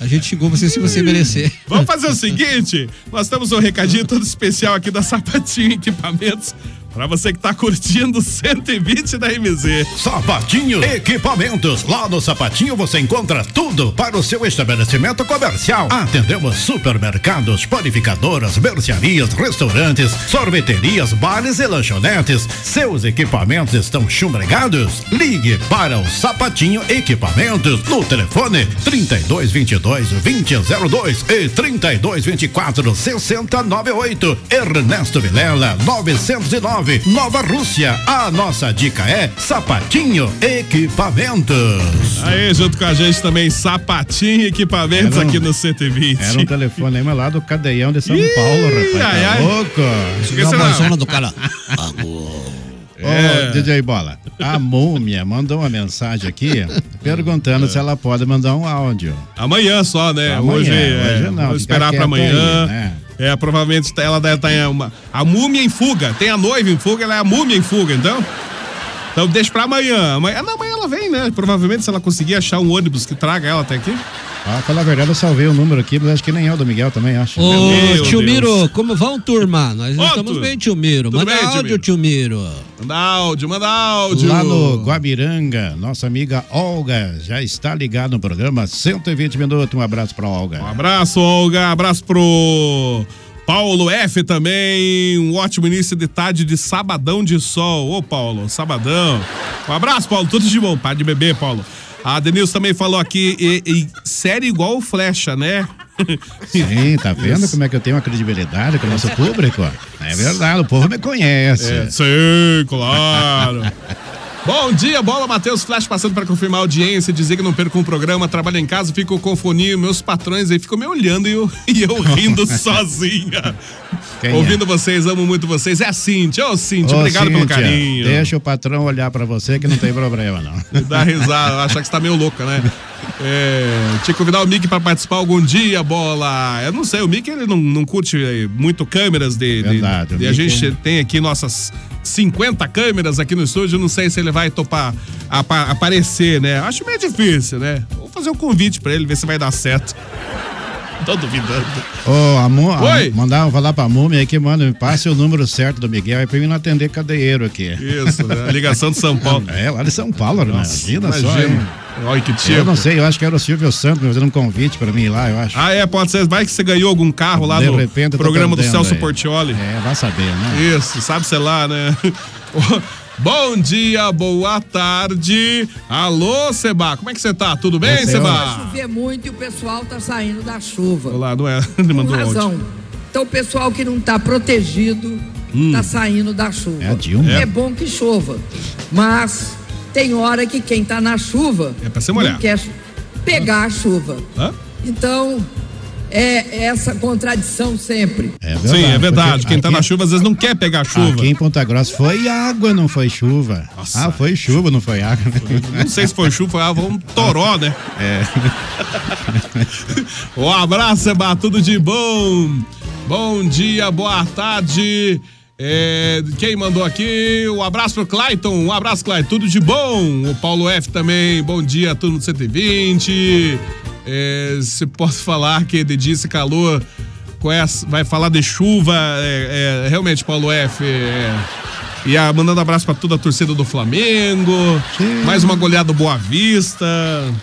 [SPEAKER 7] A gente xingou você se você merecer.
[SPEAKER 2] Vamos fazer o seguinte: nós temos um recadinho todo especial aqui da Sapatinho Equipamentos. Pra você que tá curtindo o 120 da MZ.
[SPEAKER 8] Sapatinho Equipamentos. Lá no Sapatinho você encontra tudo para o seu estabelecimento comercial. Atendemos supermercados, panificadoras, mercearias, restaurantes, sorveterias, bares e lanchonetes. Seus equipamentos estão chumbregados? Ligue para o Sapatinho Equipamentos no telefone 3222 2002 e 3224 6098. Ernesto Vilela 909, Nova Rússia. A nossa dica é Sapatinho Equipamentos.
[SPEAKER 2] Aí, junto com a gente também, Sapatinho Equipamentos
[SPEAKER 6] Era um-
[SPEAKER 2] aqui no 120.
[SPEAKER 6] Era um telefone aí, mas lá do cadeião de São
[SPEAKER 2] Ih,
[SPEAKER 6] Paulo, rapaz.
[SPEAKER 2] ai,
[SPEAKER 6] tá
[SPEAKER 2] ai.
[SPEAKER 6] louco.
[SPEAKER 7] Deu
[SPEAKER 2] Esqueci
[SPEAKER 7] uma
[SPEAKER 2] não. É.
[SPEAKER 7] mãozona do cara.
[SPEAKER 6] Ô, DJ Bola, a múmia mandou uma mensagem aqui perguntando se ela pode mandar um áudio.
[SPEAKER 2] Amanhã só, né?
[SPEAKER 6] Amanhã,
[SPEAKER 2] hoje, é,
[SPEAKER 6] hoje não,
[SPEAKER 2] Vou
[SPEAKER 6] fica
[SPEAKER 2] esperar pra
[SPEAKER 6] quieto
[SPEAKER 2] amanhã.
[SPEAKER 6] aí, né?
[SPEAKER 2] É, provavelmente ela deve estar em uma. A múmia em fuga. Tem a noiva em fuga, ela é a múmia em fuga, então. Então deixa pra amanhã. amanhã não, amanhã ela vem, né? Provavelmente se ela conseguir achar um ônibus que traga ela até aqui.
[SPEAKER 6] Ah, pela verdade, eu salvei o número aqui, mas acho que nem é o do Miguel também, acho.
[SPEAKER 2] Meu
[SPEAKER 7] Ô, tio
[SPEAKER 2] Deus.
[SPEAKER 7] Miro, como vão, turma? Nós
[SPEAKER 2] Ô,
[SPEAKER 7] estamos
[SPEAKER 2] tu-
[SPEAKER 7] bem, tio Miro.
[SPEAKER 2] tudo
[SPEAKER 7] Manda
[SPEAKER 2] bem, tio
[SPEAKER 7] áudio,
[SPEAKER 2] Miro?
[SPEAKER 7] tio Miro.
[SPEAKER 2] Manda áudio, manda áudio.
[SPEAKER 6] Lá no Guabiranga, nossa amiga Olga já está ligada no programa 120 minutos. Um abraço pra Olga.
[SPEAKER 2] Um abraço, Olga. Abraço pro Paulo F também. Um ótimo início de tarde de sabadão de sol. Ô, Paulo, sabadão. Um abraço, Paulo. Tudo de bom. Para de beber, Paulo. A Denilson também falou aqui, e, e série igual o Flecha, né?
[SPEAKER 6] Sim, tá vendo como é que eu tenho uma credibilidade com o nosso público? É verdade, o povo me conhece.
[SPEAKER 2] É, Sim, claro. Bom dia, bola Matheus Flash passando para confirmar a audiência, dizer que não perco um programa, trabalho em casa, fico com foninho, meus patrões aí ficam me olhando e eu, e eu rindo sozinha.
[SPEAKER 6] Quem é?
[SPEAKER 2] Ouvindo vocês, amo muito vocês. É a Cintia, ô Cintia,
[SPEAKER 6] Ô,
[SPEAKER 2] obrigado pelo
[SPEAKER 6] Cíntia,
[SPEAKER 2] carinho.
[SPEAKER 6] Deixa o patrão olhar pra você que não tem problema, não.
[SPEAKER 2] Dá risada, achar que você tá meio louca, né? É, tinha que convidar o Mickey pra participar algum dia, bola. Eu não sei, o Mickey ele não, não curte eh, muito câmeras de. de-
[SPEAKER 6] Verdade, o
[SPEAKER 2] de- a
[SPEAKER 6] Mickey-
[SPEAKER 2] gente tem aqui nossas 50 câmeras aqui no estúdio, não sei se ele vai topar apa- aparecer, né? Acho meio difícil, né? Vou fazer um convite pra ele, ver se vai dar certo. Tô duvidando.
[SPEAKER 6] Ô, a Mu- a-
[SPEAKER 2] Oi.
[SPEAKER 6] mandar falar pra Múmia aí que, mano, me passe o número certo do Miguel aí pra mim não atender cadeiro aqui.
[SPEAKER 2] Isso, né? A ligação de São Paulo.
[SPEAKER 6] É, lá de São Paulo, né? imagina, só. hein?
[SPEAKER 2] Olha que
[SPEAKER 6] Eu
[SPEAKER 2] tipo.
[SPEAKER 6] não sei, eu acho que era o Silvio Santos me fazendo um convite pra mim ir lá, eu acho.
[SPEAKER 2] Ah, é, pode ser. Vai que você ganhou algum carro lá
[SPEAKER 6] De
[SPEAKER 2] no
[SPEAKER 6] repente, eu tô
[SPEAKER 2] programa do
[SPEAKER 6] perdendo
[SPEAKER 2] Celso
[SPEAKER 6] aí.
[SPEAKER 2] Portioli.
[SPEAKER 6] É, vai saber, né?
[SPEAKER 2] Isso, sabe, sei lá, né? Bom dia, boa tarde. Alô, Seba, como é que você tá? Tudo bem,
[SPEAKER 6] Essa é
[SPEAKER 9] Vai
[SPEAKER 2] Seba?
[SPEAKER 9] chover muito e o pessoal tá saindo da chuva.
[SPEAKER 2] Olá, não é? Ele
[SPEAKER 9] Com
[SPEAKER 2] mandou um áudio.
[SPEAKER 9] razão. Então o pessoal que não tá protegido
[SPEAKER 2] Hum.
[SPEAKER 9] tá saindo da chuva.
[SPEAKER 6] É a Dilma.
[SPEAKER 9] É bom que chova, mas tem hora que quem tá na chuva
[SPEAKER 2] É pra se molhar.
[SPEAKER 9] não quer chu- pegar a chuva.
[SPEAKER 2] Hã?
[SPEAKER 9] Então é essa contradição sempre.
[SPEAKER 6] É verdade,
[SPEAKER 2] Sim, é verdade.
[SPEAKER 6] porque
[SPEAKER 2] Quem tá
[SPEAKER 6] aqui-
[SPEAKER 2] na chuva às vezes não quer pegar a chuva.
[SPEAKER 6] Aqui em Ponta Grossa foi água, não foi chuva.
[SPEAKER 2] Nossa.
[SPEAKER 6] Ah, foi chuva, não foi água.
[SPEAKER 2] Não sei se foi chuva, foi ah, foi um toró, né? É. um abraço, Seba, tudo de bom. Bom dia, boa tarde. É, quem mandou aqui? Um abraço pro Clayton. Um abraço, Clayton. Tudo de bom. O Paulo F também. Bom dia, turno do 120. É, se posso falar que de dia esse calor com essa- vai falar de chuva. é, é, realmente, Paulo F. é, e ah, mandando abraço pra toda a torcida do Flamengo. Mais uma goleada do Boa Vista.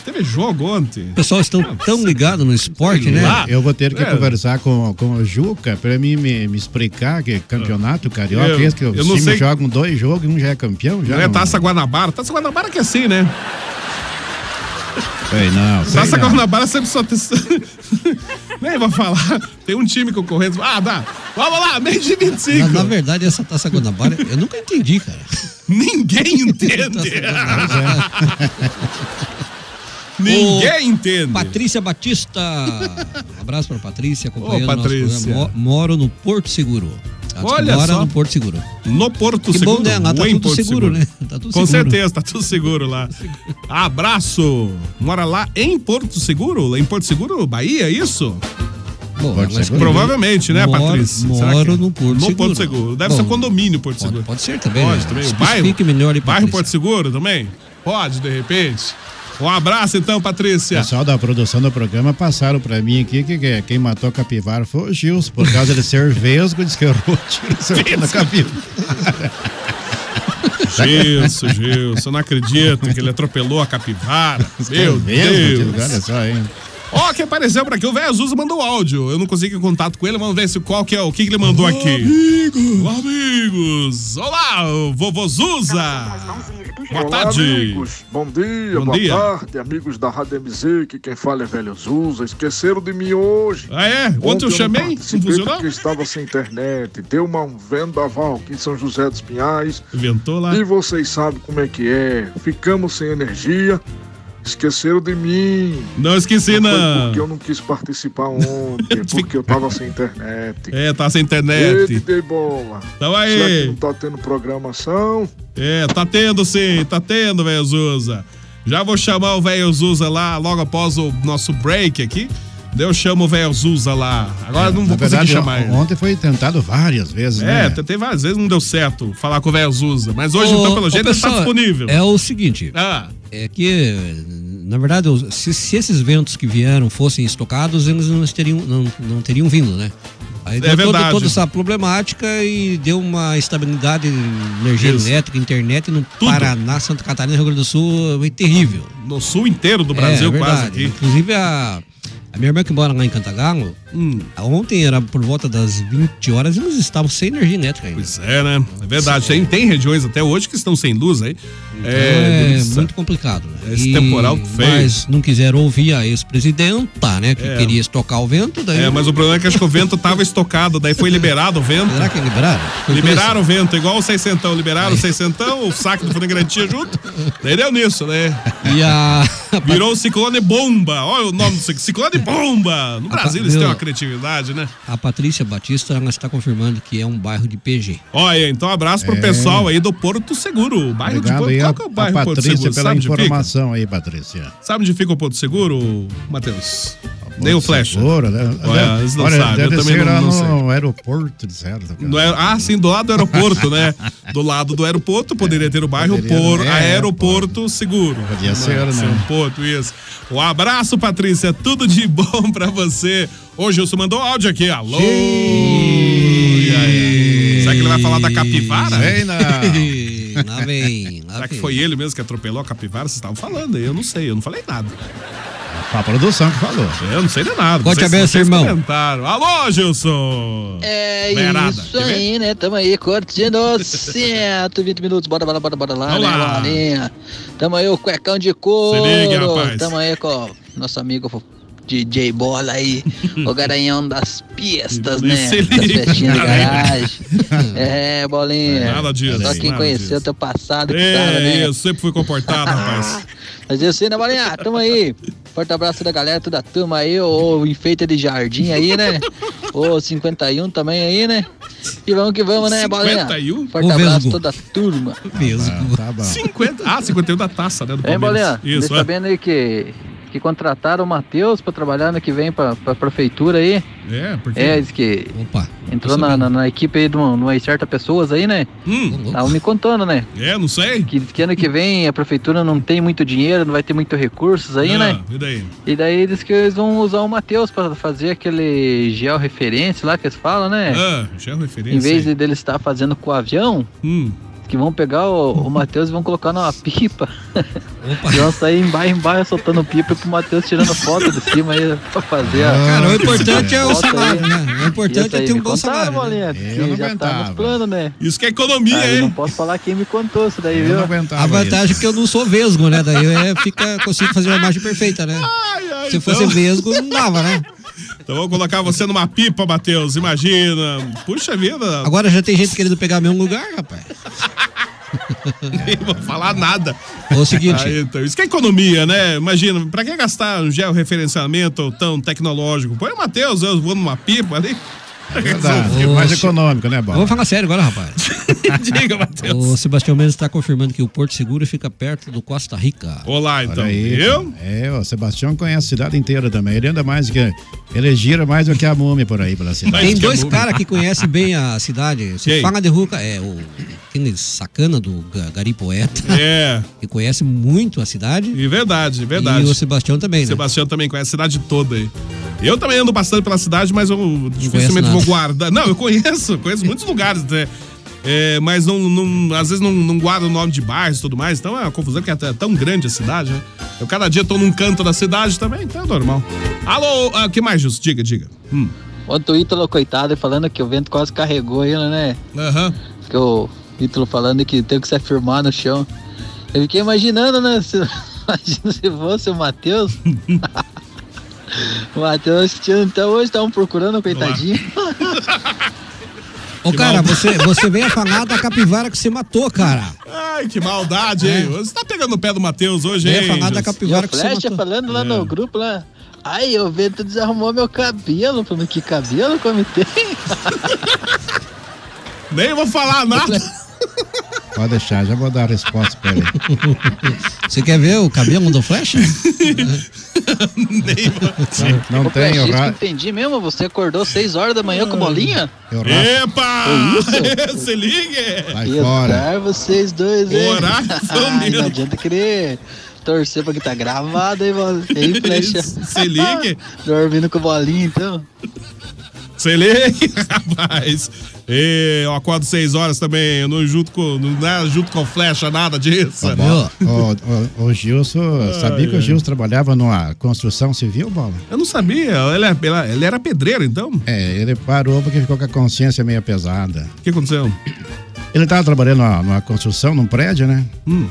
[SPEAKER 2] Teve jogo ontem.
[SPEAKER 7] O pessoal estão tão ligado no esporte, né?
[SPEAKER 2] Lá.
[SPEAKER 6] Eu vou ter que
[SPEAKER 2] É.
[SPEAKER 6] conversar com, com o Juca pra mim me, me explicar que é campeonato carioca,
[SPEAKER 2] Eu-
[SPEAKER 6] esse que os
[SPEAKER 2] eu não
[SPEAKER 6] times
[SPEAKER 2] sei-
[SPEAKER 6] jogam dois jogos e um já é campeão. Já
[SPEAKER 2] Não é
[SPEAKER 6] não-
[SPEAKER 2] Taça Guanabara? Taça Guanabara que é assim, né? Tá
[SPEAKER 6] Sei não,
[SPEAKER 7] Assim,
[SPEAKER 6] sei
[SPEAKER 7] né?
[SPEAKER 2] Taça
[SPEAKER 6] não.
[SPEAKER 2] Guanabara sempre só. tem- Nem vou falar. Tem um time concorrendo. Ah, dá. Vamos lá, mês de
[SPEAKER 7] Na,
[SPEAKER 2] 25.
[SPEAKER 7] na verdade, essa taça Guanabara, eu nunca entendi, cara.
[SPEAKER 2] Ninguém
[SPEAKER 7] Taça
[SPEAKER 2] entende.
[SPEAKER 7] Guanabara.
[SPEAKER 2] Ninguém entende.
[SPEAKER 7] Patrícia Batista. Um abraço pra Patrícia, acompanhando
[SPEAKER 2] Ô,
[SPEAKER 7] o nosso
[SPEAKER 2] Patrícia.
[SPEAKER 7] programa. Mo- Moro no Porto Seguro. Ela disse que
[SPEAKER 2] Olha
[SPEAKER 7] mora
[SPEAKER 2] só.
[SPEAKER 7] no Porto Seguro. É
[SPEAKER 2] No Porto
[SPEAKER 7] Que
[SPEAKER 2] Seguro.
[SPEAKER 7] bom, né? Lá tá
[SPEAKER 2] Ou em
[SPEAKER 7] tudo
[SPEAKER 2] Porto
[SPEAKER 7] seguro, né? Tá tudo
[SPEAKER 2] Com
[SPEAKER 7] seguro.
[SPEAKER 2] certeza, tá tudo seguro lá. Abraço. Mora lá em Porto Seguro? Lá em Porto Seguro, Bahia, é isso?
[SPEAKER 7] Bom,
[SPEAKER 2] Porto Seguro.
[SPEAKER 7] ela escreveu,
[SPEAKER 2] Provavelmente, né,
[SPEAKER 7] moro-
[SPEAKER 2] Patrícia? Será
[SPEAKER 7] moro
[SPEAKER 2] que é?
[SPEAKER 7] no Porto
[SPEAKER 2] No
[SPEAKER 7] Seguro.
[SPEAKER 2] Porto Seguro. Deve
[SPEAKER 7] Bom,
[SPEAKER 2] ser condomínio Porto Seguro.
[SPEAKER 7] Pode ser também,
[SPEAKER 2] Pode
[SPEAKER 7] né?
[SPEAKER 2] também. O
[SPEAKER 7] Especifique
[SPEAKER 2] bairro.
[SPEAKER 7] melhor aí,
[SPEAKER 2] bairro Porto Seguro também? Pode, de repente. Um abraço então, Patrícia.
[SPEAKER 6] pessoal da produção do programa passaram pra mim aqui que, que- quem matou capivara foi o Gilson, por causa de ser vesgo, disse que eu tiro o sorvete na capivara.
[SPEAKER 2] Gilson, Gilson, não acredito que ele atropelou a capivara.
[SPEAKER 7] é
[SPEAKER 2] Meu
[SPEAKER 6] Vesgo,
[SPEAKER 2] Deus.
[SPEAKER 6] tio, olha só, hein?
[SPEAKER 2] Ó, que apareceu por aqui, o velho Azusa mandou áudio. Eu não consegui contato com ele, vamos ver se qual que é, o que, que ele mandou aqui. Amigos! Amigos! Olá, o vovô Zuza! Boa
[SPEAKER 10] Olá,
[SPEAKER 2] tarde!
[SPEAKER 10] amigos. Bom dia,
[SPEAKER 2] Bom
[SPEAKER 10] boa
[SPEAKER 2] dia.
[SPEAKER 10] tarde, amigos da Rádio MZ, que quem fala é Velho Zusa. Esqueceram de mim hoje.
[SPEAKER 2] Ah, é? Ontem eu chamei? Não funcionou?
[SPEAKER 10] Porque eu estava sem internet. Deu uma um vendaval aqui em São José dos Pinhais.
[SPEAKER 2] Ventou lá.
[SPEAKER 10] E vocês sabem como é que é. Ficamos sem energia. Esqueceram de mim.
[SPEAKER 2] Não esqueci,
[SPEAKER 10] Não foi
[SPEAKER 2] não.
[SPEAKER 10] Porque eu não quis participar ontem, porque eu tava sem internet.
[SPEAKER 2] É, tá sem
[SPEAKER 10] Ele
[SPEAKER 2] internet.
[SPEAKER 10] dei bola.
[SPEAKER 2] Tamo aí.
[SPEAKER 10] Será que não tá tendo programação?
[SPEAKER 2] É, tá tendo sim, tá tendo, velho Zuza. Já vou chamar o velho Zuza lá logo após o nosso break aqui. Daí Eu chamo o velho Zuza lá. Agora não
[SPEAKER 6] É, Na
[SPEAKER 2] vou conseguir
[SPEAKER 6] verdade,
[SPEAKER 2] chamar ele.
[SPEAKER 6] ontem foi tentado várias vezes,
[SPEAKER 2] É,
[SPEAKER 6] né?
[SPEAKER 2] tentei várias vezes, não deu certo falar com o velho Zuza. Mas hoje, então, pelo jeito, ele tá disponível.
[SPEAKER 7] É o seguinte.
[SPEAKER 2] Ah.
[SPEAKER 7] É que, na verdade, os- se, se esses ventos que vieram fossem estocados, eles não teriam, não, não teriam vindo, né? Aí
[SPEAKER 2] É
[SPEAKER 7] deu todo-
[SPEAKER 2] verdade.
[SPEAKER 7] toda essa problemática e deu uma estabilidade em energia
[SPEAKER 2] Isso.
[SPEAKER 7] elétrica, internet no Paraná, Santa Catarina, Rio Grande do Sul, foi terrível.
[SPEAKER 2] No sul inteiro do
[SPEAKER 7] É,
[SPEAKER 2] Brasil,
[SPEAKER 7] é
[SPEAKER 2] quase
[SPEAKER 7] verdade.
[SPEAKER 2] aqui.
[SPEAKER 7] Inclusive a, a minha irmã que mora lá em Cantagalo,
[SPEAKER 2] Hum.
[SPEAKER 7] ontem era por volta das 20 horas e eles estavam sem energia elétrica ainda.
[SPEAKER 2] Pois é, né? É verdade. Tem, tem regiões até hoje que estão sem luz aí.
[SPEAKER 7] É,
[SPEAKER 2] delícia.
[SPEAKER 7] muito complicado. Né?
[SPEAKER 2] Esse
[SPEAKER 7] E-
[SPEAKER 2] temporal feio.
[SPEAKER 7] Mas não quiseram ouvir a ex-presidenta, né? Que
[SPEAKER 2] É.
[SPEAKER 7] queria estocar o vento, daí.
[SPEAKER 2] É, mas o problema é que acho que o vento tava estocado, daí foi liberado o vento.
[SPEAKER 7] Será que liberaram? Foi
[SPEAKER 2] liberaram o vento, igual o seiscentão. Liberaram o seiscentão, o saque do Fundo Garantia junto. Daí deu nisso, né?
[SPEAKER 7] E a.
[SPEAKER 2] Virou o ciclone bomba. Olha o nome do ciclone. Ciclone bomba! No
[SPEAKER 7] Apa-
[SPEAKER 2] Brasil eles têm
[SPEAKER 7] meu.
[SPEAKER 2] uma criatividade, né?
[SPEAKER 7] A Patrícia Batista, ela está confirmando que é um bairro de PG.
[SPEAKER 2] Olha, então abraço pro
[SPEAKER 7] É.
[SPEAKER 2] pessoal aí do Porto Seguro. o Bairro
[SPEAKER 6] Obrigado
[SPEAKER 2] de
[SPEAKER 6] aí
[SPEAKER 2] Porto. Qual
[SPEAKER 6] a,
[SPEAKER 2] que é o bairro
[SPEAKER 6] a
[SPEAKER 2] Porto
[SPEAKER 6] Patrícia
[SPEAKER 2] Seguro?
[SPEAKER 6] pela
[SPEAKER 2] Sabe onde fica?
[SPEAKER 6] informação aí, Patrícia.
[SPEAKER 2] Sabe onde fica o Porto Seguro, Matheus? Nem o flecha.
[SPEAKER 6] Seguro, né?
[SPEAKER 2] Olha, eles não
[SPEAKER 6] Olha,
[SPEAKER 2] sabem, eu
[SPEAKER 6] deve
[SPEAKER 2] também
[SPEAKER 6] ser
[SPEAKER 2] não,
[SPEAKER 6] lá
[SPEAKER 2] não sei.
[SPEAKER 6] no aeroporto, de certo? cara.
[SPEAKER 2] No aer- ah, sim, do lado do aeroporto, né? Do lado do aeroporto poderia ter o bairro
[SPEAKER 6] Poderia,
[SPEAKER 2] por
[SPEAKER 6] né?
[SPEAKER 2] Aeroporto Seguro. Podia
[SPEAKER 6] ser, né?
[SPEAKER 2] Um porto, isso. Um abraço, Patrícia. Tudo de bom pra você. Ô, Gilson mandou áudio aqui. Alô! E aí? Será que ele vai falar da capivara?
[SPEAKER 7] Sei não. Lá vem, lá
[SPEAKER 2] Será que
[SPEAKER 7] vem.
[SPEAKER 2] foi ele mesmo que atropelou a capivara? Vocês estavam falando aí, eu não sei, eu não falei nada.
[SPEAKER 6] A produção que falou.
[SPEAKER 2] Eu não sei de nada.
[SPEAKER 6] Bote
[SPEAKER 2] vocês-
[SPEAKER 6] a benção,
[SPEAKER 2] vocês
[SPEAKER 6] irmão.
[SPEAKER 2] comentaram. Alô, Gilson!
[SPEAKER 11] É
[SPEAKER 2] Verada,
[SPEAKER 11] isso
[SPEAKER 2] quer ver?
[SPEAKER 11] aí, né? Tamo aí curtindo 120 minutos. Bora, bora, bora, bora lá.
[SPEAKER 2] Vamos
[SPEAKER 11] né?
[SPEAKER 2] lá.
[SPEAKER 11] Vamos linha. Tamo aí, o cuecão de couro.
[SPEAKER 2] Se liga, rapaz.
[SPEAKER 11] Tamo aí com o nosso amigo DJ Bola aí, o garanhão das pistas, né?
[SPEAKER 2] Se
[SPEAKER 11] das
[SPEAKER 2] liga.
[SPEAKER 11] festinhas de
[SPEAKER 2] Não, né?
[SPEAKER 11] garagem. É, Bolinha.
[SPEAKER 2] Nada disso,
[SPEAKER 11] Só quem
[SPEAKER 2] nada
[SPEAKER 11] conheceu teu passado que
[SPEAKER 2] É,
[SPEAKER 11] sabe, né?
[SPEAKER 2] eu sempre fui comportado, rapaz.
[SPEAKER 11] Mas eu sei, né, Bolinha? Tamo aí. Forte abraço da galera, toda a turma aí, o enfeita de jardim aí, né? O 51 também aí, né? E vamos que vamos, né, Bolinha?
[SPEAKER 2] 51?
[SPEAKER 11] Forte
[SPEAKER 2] Ô,
[SPEAKER 11] abraço
[SPEAKER 2] Vesgo.
[SPEAKER 11] toda a turma.
[SPEAKER 2] Ah,
[SPEAKER 7] Mesmo.
[SPEAKER 6] Tá bom.
[SPEAKER 2] 50, ah, 51 da taça, né? Do
[SPEAKER 11] Hein,
[SPEAKER 2] Palmeiras.
[SPEAKER 11] Bolinha?
[SPEAKER 2] Isso,
[SPEAKER 11] Fiquei
[SPEAKER 2] é.
[SPEAKER 11] sabendo aí que, que contrataram o Matheus pra trabalhar ano que vem pra, pra prefeitura aí.
[SPEAKER 2] É, porque.
[SPEAKER 11] É, diz que
[SPEAKER 7] Opa,
[SPEAKER 11] entrou na, na, na equipe aí de uma, de uma certa pessoas aí, né?
[SPEAKER 2] Hum.
[SPEAKER 11] Tava me contando, né?
[SPEAKER 2] É, não sei.
[SPEAKER 11] Que diz que ano que vem a prefeitura não tem muito dinheiro, não vai ter muito recursos aí,
[SPEAKER 2] Ah,
[SPEAKER 11] né?
[SPEAKER 2] E daí?
[SPEAKER 11] E daí diz que eles vão usar o Matheus pra fazer aquele georreferência lá que eles falam, né?
[SPEAKER 2] Ah, já é uma referência.
[SPEAKER 11] em vez
[SPEAKER 2] aí.
[SPEAKER 11] de dele estar fazendo com o avião,
[SPEAKER 2] Hum.
[SPEAKER 11] diz que vão pegar o, o Matheus e vão colocar numa pipa. E vão sair em bairro em bairro soltando pipa pro Matheus tirando foto de cima aí pra fazer a.
[SPEAKER 7] Ah, Cara, o importante é o
[SPEAKER 11] Volta aí.
[SPEAKER 7] salário, né? O importante
[SPEAKER 11] Isso
[SPEAKER 7] é
[SPEAKER 11] aí,
[SPEAKER 7] ter um
[SPEAKER 11] me
[SPEAKER 7] bom
[SPEAKER 11] contaram,
[SPEAKER 7] salário.
[SPEAKER 11] Bolinha, diz que já tá nos planos, né?
[SPEAKER 2] Isso que é economia,
[SPEAKER 11] Aí
[SPEAKER 2] hein?
[SPEAKER 11] Não posso falar quem me contou isso daí, viu?
[SPEAKER 7] A vantagem é que eu não sou vesgo, né? Daí é, fica, consigo fazer uma imagem perfeita, né? Se eu fosse
[SPEAKER 2] então.
[SPEAKER 7] vesgo, não dava, né?
[SPEAKER 2] Então vou colocar você numa pipa, Matheus, imagina. Puxa vida.
[SPEAKER 7] Agora já tem gente querendo pegar meu lugar, rapaz.
[SPEAKER 2] Nem vou falar nada.
[SPEAKER 7] É o seguinte.
[SPEAKER 2] Aí, então, isso que é economia, né? Imagina, pra que gastar um georreferenciamento tão tecnológico? Põe o Matheus, eu vou numa pipa ali.
[SPEAKER 6] Verdade, é mais econômico, né, Bola?
[SPEAKER 7] Vamos falar sério agora, rapaz.
[SPEAKER 2] Diga, Matheus.
[SPEAKER 7] O Sebastião Mendes está confirmando que o Porto Seguro fica perto do Costa Rica.
[SPEAKER 2] Olá, então.
[SPEAKER 6] Olha aí, cara. É, o Sebastião conhece a cidade inteira também. Ele anda mais que. Ele gira mais do que a múmia por aí pela cidade.
[SPEAKER 2] é
[SPEAKER 7] Tem dois caras que conhecem bem a cidade. Você
[SPEAKER 6] Quem?
[SPEAKER 7] fala de Ruca, é o aquele sacana do Ga- Gari Poeta,
[SPEAKER 2] É.
[SPEAKER 7] que conhece muito a cidade.
[SPEAKER 2] E verdade, verdade.
[SPEAKER 7] E o Sebastião também, né?
[SPEAKER 2] Sebastião também conhece a cidade toda aí. Eu também ando bastante pela cidade, mas eu
[SPEAKER 7] conhece
[SPEAKER 2] dificilmente
[SPEAKER 7] nada.
[SPEAKER 2] vou guardar. Não, eu conheço, conheço muitos lugares, né? É, mas não, não- às vezes não, não guardo o nome de bairros e tudo mais, então é uma confusão que é até tão grande a cidade, né? Eu cada dia tô num canto da cidade também, então é normal. Alô, o que mais, Justo? Diga, diga. Hum.
[SPEAKER 11] Ontem o Ítalo, coitado, falando que o vento quase carregou ele, né?
[SPEAKER 2] Aham.
[SPEAKER 11] Que o Ítalo falando que teve que se afirmar no chão. Eu fiquei imaginando, né? Se, imagina se fosse o Matheus. o Matheus assistindo até hoje, estavam procurando, coitadinho.
[SPEAKER 2] é?
[SPEAKER 7] Ô, cara, você, você veio a falar da capivara que você matou, cara.
[SPEAKER 2] Ai, que maldade, hein? Você tá pegando o pé do Matheus hoje,
[SPEAKER 7] Eu
[SPEAKER 2] hein?
[SPEAKER 7] ia falar é da
[SPEAKER 2] Justo?
[SPEAKER 7] capivara
[SPEAKER 11] O Flecha falando lá
[SPEAKER 2] É.
[SPEAKER 11] no grupo, lá. Ai, o vento desarrumou meu cabelo. Falando que cabelo como tem?
[SPEAKER 2] Nem vou falar nada.
[SPEAKER 6] Pode deixar, já vou dar a resposta pra ele.
[SPEAKER 7] Você quer ver o cabelo do Flecha?
[SPEAKER 11] Ô, Flecha,
[SPEAKER 6] Não, não tenho,
[SPEAKER 11] isso que eu
[SPEAKER 6] ra...
[SPEAKER 11] entendi mesmo. Você acordou 6 horas da manhã com bolinha?
[SPEAKER 6] eu ra-
[SPEAKER 2] Epa!
[SPEAKER 11] Que
[SPEAKER 2] Se liga!
[SPEAKER 6] Vai
[SPEAKER 11] Ia
[SPEAKER 6] fora.
[SPEAKER 11] dar vocês dois, hein?
[SPEAKER 2] Horário
[SPEAKER 11] Ai, Não adianta querer torcer pra que tá gravado, hein, mano? Ei, Flecha.
[SPEAKER 2] Se liga.
[SPEAKER 11] Dormindo com bolinha, então.
[SPEAKER 2] Você lê, rapaz. E eu acordo seis horas também, eu não junto com, não dá junto com flecha, nada disso.
[SPEAKER 6] Bola, O, o, o Gilson, sabia que o
[SPEAKER 2] ai.
[SPEAKER 6] Gilson trabalhava numa construção civil, Bola?
[SPEAKER 2] Eu não sabia, ele, é- ela- ele era pedreiro então?
[SPEAKER 6] É, ele parou porque ficou com a consciência meio pesada.
[SPEAKER 2] O que aconteceu?
[SPEAKER 6] Ele estava trabalhando numa, numa construção, num prédio, né?
[SPEAKER 2] Hum.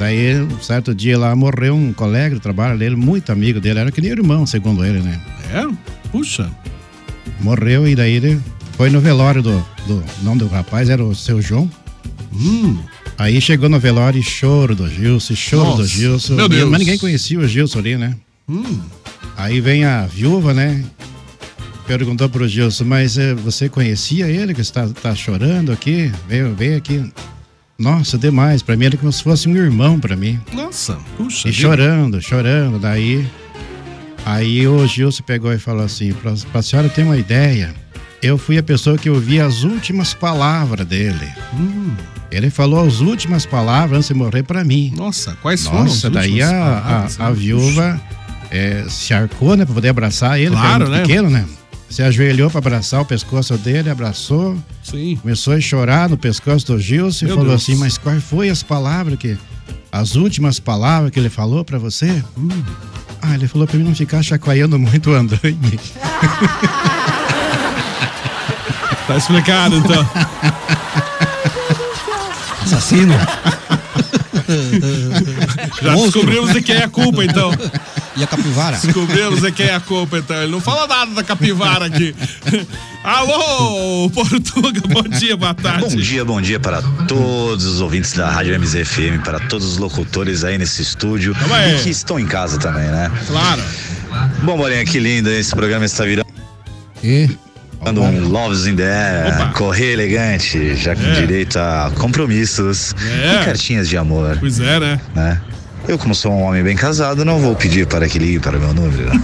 [SPEAKER 6] Daí, um certo dia lá, morreu um colega de trabalho dele, muito amigo dele, era que nem irmão, segundo ele, né?
[SPEAKER 2] É? Puxa.
[SPEAKER 6] Morreu e daí ele foi no velório do, do o nome do rapaz, era o seu João.
[SPEAKER 2] Hum.
[SPEAKER 6] Aí chegou no velório e choro do Gilson, choro
[SPEAKER 2] Nossa,
[SPEAKER 6] do Gilson.
[SPEAKER 2] meu Deus.
[SPEAKER 6] Mas ninguém conhecia o Gilson ali, né?
[SPEAKER 2] Hum.
[SPEAKER 6] Aí vem a viúva, né? Perguntou pro Gilson, mas eh, você conhecia ele que está tá chorando aqui? Veio, veio aqui. Nossa, demais. Pra mim era como se fosse um irmão pra mim.
[SPEAKER 2] Nossa, puxa.
[SPEAKER 6] E
[SPEAKER 2] vida.
[SPEAKER 6] chorando, chorando. Daí, aí o Gilson pegou e falou assim: pra, pra senhora ter uma ideia, eu fui a pessoa que ouvi as últimas palavras dele.
[SPEAKER 2] Hum.
[SPEAKER 6] Ele falou as últimas palavras antes de morrer pra mim.
[SPEAKER 2] Nossa, quais foram as
[SPEAKER 6] Nossa, daí
[SPEAKER 2] últimas
[SPEAKER 6] a, a-
[SPEAKER 2] palavras,
[SPEAKER 6] a
[SPEAKER 2] né?
[SPEAKER 6] viúva eh, se arcou, né, pra poder abraçar ele. porque
[SPEAKER 2] Claro,
[SPEAKER 6] era muito
[SPEAKER 2] né?
[SPEAKER 6] Pequeno, né? Se ajoelhou pra abraçar o pescoço dele, abraçou.
[SPEAKER 2] Sim.
[SPEAKER 6] Começou a chorar no pescoço do Gilson e
[SPEAKER 2] Meu
[SPEAKER 6] falou
[SPEAKER 2] Deus.
[SPEAKER 6] assim: Mas quais foi as palavras que. As últimas palavras que ele falou pra você? Ah, ele falou pra mim não ficar chacoalhando muito o andaime.
[SPEAKER 2] Tá explicado então.
[SPEAKER 7] Assassino.
[SPEAKER 2] Já
[SPEAKER 7] Monstro.
[SPEAKER 2] descobrimos de quem é a culpa então.
[SPEAKER 7] E a capivara?
[SPEAKER 2] Descobrimos de quem é a culpa, então. Ele não fala nada da capivara aqui. Alô, Portuga, bom dia, boa tarde.
[SPEAKER 12] Bom dia, bom dia para todos os ouvintes da Rádio MZFM, para todos os locutores aí nesse estúdio
[SPEAKER 2] aí.
[SPEAKER 12] e que estão em casa também, né?
[SPEAKER 2] Claro.
[SPEAKER 12] Bom, Bolinha, que lindo, hein? esse programa está virando um Loves in the Air, correr elegante, já com
[SPEAKER 2] É.
[SPEAKER 12] direito a compromissos
[SPEAKER 2] É.
[SPEAKER 12] e cartinhas de amor.
[SPEAKER 2] Pois é, né?
[SPEAKER 12] né? Eu, como sou um homem bem casado, não vou pedir para que ligue para o meu número.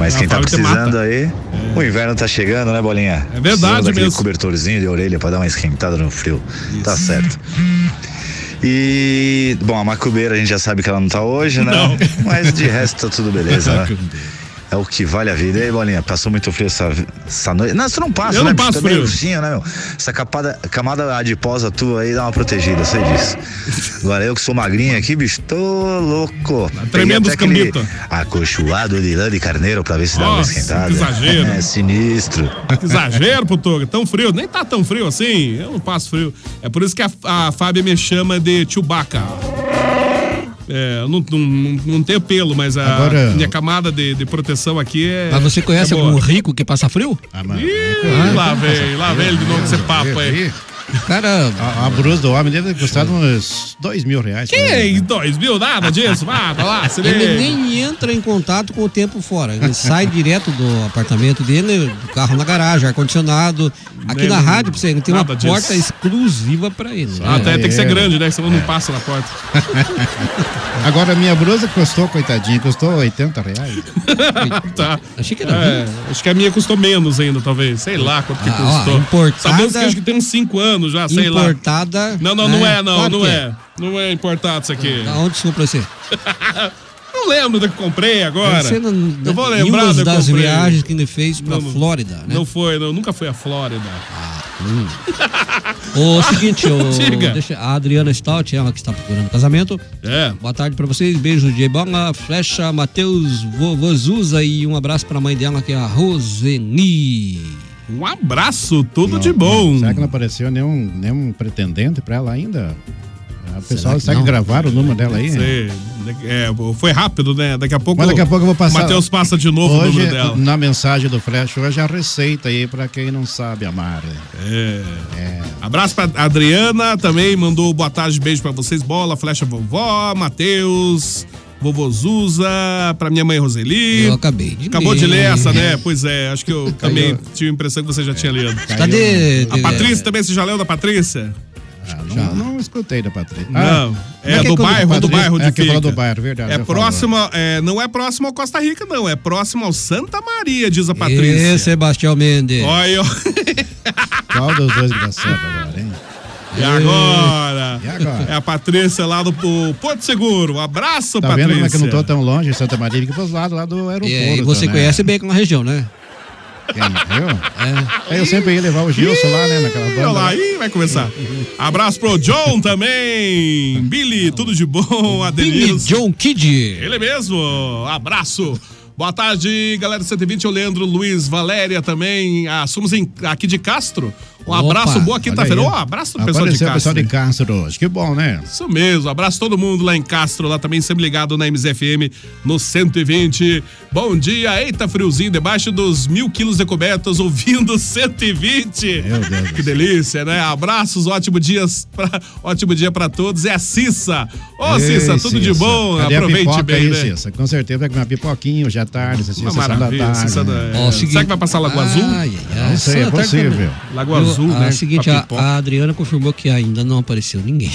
[SPEAKER 12] Mas
[SPEAKER 2] Ah,
[SPEAKER 12] quem tá
[SPEAKER 2] Fábio, você
[SPEAKER 12] precisando aí, o inverno tá chegando, né, Bolinha?
[SPEAKER 2] É verdade
[SPEAKER 12] Precisando daquele
[SPEAKER 2] mesmo.
[SPEAKER 12] cobertorzinho de orelha para dar uma esquentada no frio. Tá certo. E, bom, a Macubeira a gente já sabe que ela não tá hoje, né?
[SPEAKER 2] Não.
[SPEAKER 12] Mas de resto tá tudo beleza, né? É o que vale a vida. E aí, Bolinha, passou muito frio essa, essa noite? Não, você não passa,
[SPEAKER 2] Eu
[SPEAKER 12] né?
[SPEAKER 2] não
[SPEAKER 12] Porque
[SPEAKER 2] passo
[SPEAKER 12] tá meio
[SPEAKER 2] frio.
[SPEAKER 12] Tinha, né, meu? Essa capada, camada adiposa tua aí dá uma protegida, sei disso. Agora eu que sou magrinho aqui, bicho, tô louco.
[SPEAKER 2] Tá Tremendo
[SPEAKER 12] Peguei até aquele
[SPEAKER 2] escambito.
[SPEAKER 12] Acolchoado de lã de carneiro pra ver se dá uma
[SPEAKER 2] Nossa,
[SPEAKER 12] esquentada.
[SPEAKER 2] que exagero.
[SPEAKER 12] É sinistro.
[SPEAKER 2] Que Exagero, Portuga. Tão frio. Nem tá tão frio assim. Eu não passo frio. É por isso que a, a Fábia me chama de Chewbacca. É, eu não, não, não- não tenho pelo, mas a
[SPEAKER 7] Agora-
[SPEAKER 2] minha camada de, de proteção aqui é.
[SPEAKER 7] Mas você conhece
[SPEAKER 2] é boa.
[SPEAKER 7] algum rico que passa frio?
[SPEAKER 2] Ih, lá vem, lá vem ele de novo com esse papo aí.
[SPEAKER 6] Cara, a, a brusa do homem deve ter custado uns dois mil reais. né?
[SPEAKER 2] Que dois mil? Nada disso? Nada Ah, lá, se
[SPEAKER 7] Ele
[SPEAKER 2] liga.
[SPEAKER 7] nem entra em contato com o tempo fora. Ele sai direto do apartamento dele, do carro na garagem, ar-condicionado. Aqui
[SPEAKER 2] Nem-
[SPEAKER 7] na rádio, pra você tem uma
[SPEAKER 2] nada disso.
[SPEAKER 7] porta exclusiva pra ele. né?
[SPEAKER 2] Ah, até tem que ser grande, né? Senão não passa na porta.
[SPEAKER 6] Agora, minha brusa custou, coitadinha, custou 80 reais.
[SPEAKER 2] tá.
[SPEAKER 7] Achei que
[SPEAKER 6] era
[SPEAKER 2] Acho que a minha custou menos ainda, talvez. Sei lá quanto que
[SPEAKER 7] Ah, ó,
[SPEAKER 2] custou.
[SPEAKER 7] importada-
[SPEAKER 2] Sabemos que acho que tem uns 5 anos já, Ah, sei lá.
[SPEAKER 7] Importada,
[SPEAKER 2] Não, não, não
[SPEAKER 7] né?
[SPEAKER 2] é, não,
[SPEAKER 7] Claro
[SPEAKER 2] não
[SPEAKER 7] que
[SPEAKER 2] é.
[SPEAKER 7] é.
[SPEAKER 2] Não é importado isso aqui.
[SPEAKER 7] Da onde sou pra você?
[SPEAKER 2] Não lembro do que comprei agora.
[SPEAKER 7] Você não-
[SPEAKER 2] eu vou
[SPEAKER 7] em
[SPEAKER 2] lembrar
[SPEAKER 7] uma
[SPEAKER 2] do que
[SPEAKER 7] das
[SPEAKER 2] comprei.
[SPEAKER 7] viagens que ele fez pra
[SPEAKER 2] Não,
[SPEAKER 7] Flórida, né?
[SPEAKER 2] Não foi, não, nunca fui à Flórida.
[SPEAKER 7] Hum. O seguinte, o,
[SPEAKER 2] Diga.
[SPEAKER 7] deixa- a Adriana Stout, é ela que está procurando casamento.
[SPEAKER 2] É.
[SPEAKER 7] Boa tarde pra vocês, beijo de Bonga, Flecha, Matheus, Vovozuza e um abraço pra mãe dela que é a Roseni.
[SPEAKER 2] Um abraço, tudo
[SPEAKER 6] Não,
[SPEAKER 2] de bom.
[SPEAKER 6] Será que não apareceu nenhum, nenhum pretendente pra ela ainda? Ah, O pessoal, será que,
[SPEAKER 2] não?
[SPEAKER 6] gravaram o número dela aí?
[SPEAKER 2] Sei. É, foi rápido, né? Daqui a pouco.
[SPEAKER 6] Mas daqui a pouco eu vou passar.
[SPEAKER 2] Matheus passa de novo
[SPEAKER 6] hoje,
[SPEAKER 2] o número dela.
[SPEAKER 6] Na mensagem do Flash, hoje a receita aí pra quem não sabe amar.
[SPEAKER 2] É. Abraço pra Adriana também, mandou boa tarde, beijo pra vocês. Bola, flecha vovó, Matheus, vovô Zuza, pra minha mãe Roseli.
[SPEAKER 7] Eu acabei de
[SPEAKER 2] Acabou
[SPEAKER 7] ler.
[SPEAKER 2] de ler essa, né? Pois é, acho que eu também tive a impressão que você já tinha lido.
[SPEAKER 7] Cadê?
[SPEAKER 2] A Patrícia também, você já leu da Patrícia?
[SPEAKER 6] Não, não escutei da Patrícia.
[SPEAKER 2] Não. É,
[SPEAKER 6] Como Ah. que
[SPEAKER 2] do
[SPEAKER 6] quando
[SPEAKER 2] bairro, é do
[SPEAKER 6] Patrícia-
[SPEAKER 2] bairro de
[SPEAKER 6] É que falou
[SPEAKER 2] Fica.
[SPEAKER 6] do bairro, verdade.
[SPEAKER 2] É
[SPEAKER 6] eu falo.
[SPEAKER 2] próximo, é, não é próximo ao Costa Rica, não. É próximo ao Santa Maria, diz a
[SPEAKER 6] é
[SPEAKER 2] Patrícia.
[SPEAKER 7] E É, Sebastião Mendes.
[SPEAKER 2] Olha aí, ó.
[SPEAKER 6] Qual dos dois engraçado agora, hein?
[SPEAKER 2] E agora?
[SPEAKER 6] E agora?
[SPEAKER 2] É a Patrícia lá do P- Porto Seguro. Um abraço,
[SPEAKER 6] Tá
[SPEAKER 2] Patrícia.
[SPEAKER 6] vendo como é que eu não tô tão longe de Santa Maria? Fica pros lados lá do aeroporto.
[SPEAKER 7] E você
[SPEAKER 6] né?
[SPEAKER 7] conhece bem aquela região, né?
[SPEAKER 6] Quem, viu? Aí eu sempre ia levar o Gilson lá, né? Naquela
[SPEAKER 2] Olha
[SPEAKER 6] banda.
[SPEAKER 2] lá, aí vai começar. Abraço pro John também. Billy, tudo de bom. Adenilson.
[SPEAKER 7] Billy John Kid.
[SPEAKER 2] Ele mesmo. Abraço. Boa tarde, galera do 120. O Leandro Luiz Valéria também. Ah, somos em- aqui de Castro. Um
[SPEAKER 6] Opa,
[SPEAKER 2] abraço, boa quinta-feira. Um
[SPEAKER 6] olha aí.
[SPEAKER 2] abraço pro pessoal de
[SPEAKER 6] Apareceu
[SPEAKER 2] Castro.
[SPEAKER 6] o pessoal de Castro hoje. Que bom, né?
[SPEAKER 2] Isso mesmo, abraço todo mundo lá em Castro, lá também sempre ligado na MZFM no 120. Bom dia, eita friozinho, debaixo dos mil quilos de cobertas, ouvindo 120. Meu
[SPEAKER 6] Deus.
[SPEAKER 2] Que delícia, né? Abraços, ótimo dia pra, ótimo dia pra todos. É a Cissa. Ô,
[SPEAKER 6] Ei,
[SPEAKER 2] Cissa, tudo de
[SPEAKER 6] Cissa.
[SPEAKER 2] bom?
[SPEAKER 6] Cadê a
[SPEAKER 2] Aproveite
[SPEAKER 6] pipoca
[SPEAKER 2] bem,
[SPEAKER 6] aí,
[SPEAKER 2] né?
[SPEAKER 6] Cissa? Com certeza vai comer uma pipoquinha hoje à tarde, essa
[SPEAKER 2] Uma
[SPEAKER 6] sessão da
[SPEAKER 2] maravilha.
[SPEAKER 6] tarde.
[SPEAKER 2] Cissa da-
[SPEAKER 6] Ó,
[SPEAKER 2] é, Será que vai passar Lagoa Azul?
[SPEAKER 6] ai. Não sei, é
[SPEAKER 7] Santa
[SPEAKER 6] possível.
[SPEAKER 7] Tartaruga.
[SPEAKER 2] Lagoa
[SPEAKER 7] Eu-
[SPEAKER 2] Azul,
[SPEAKER 7] a
[SPEAKER 2] né?
[SPEAKER 7] Ah, é seguinte,
[SPEAKER 2] Pra
[SPEAKER 7] a,
[SPEAKER 2] pipoca.
[SPEAKER 7] a Adriana confirmou que ainda não apareceu ninguém.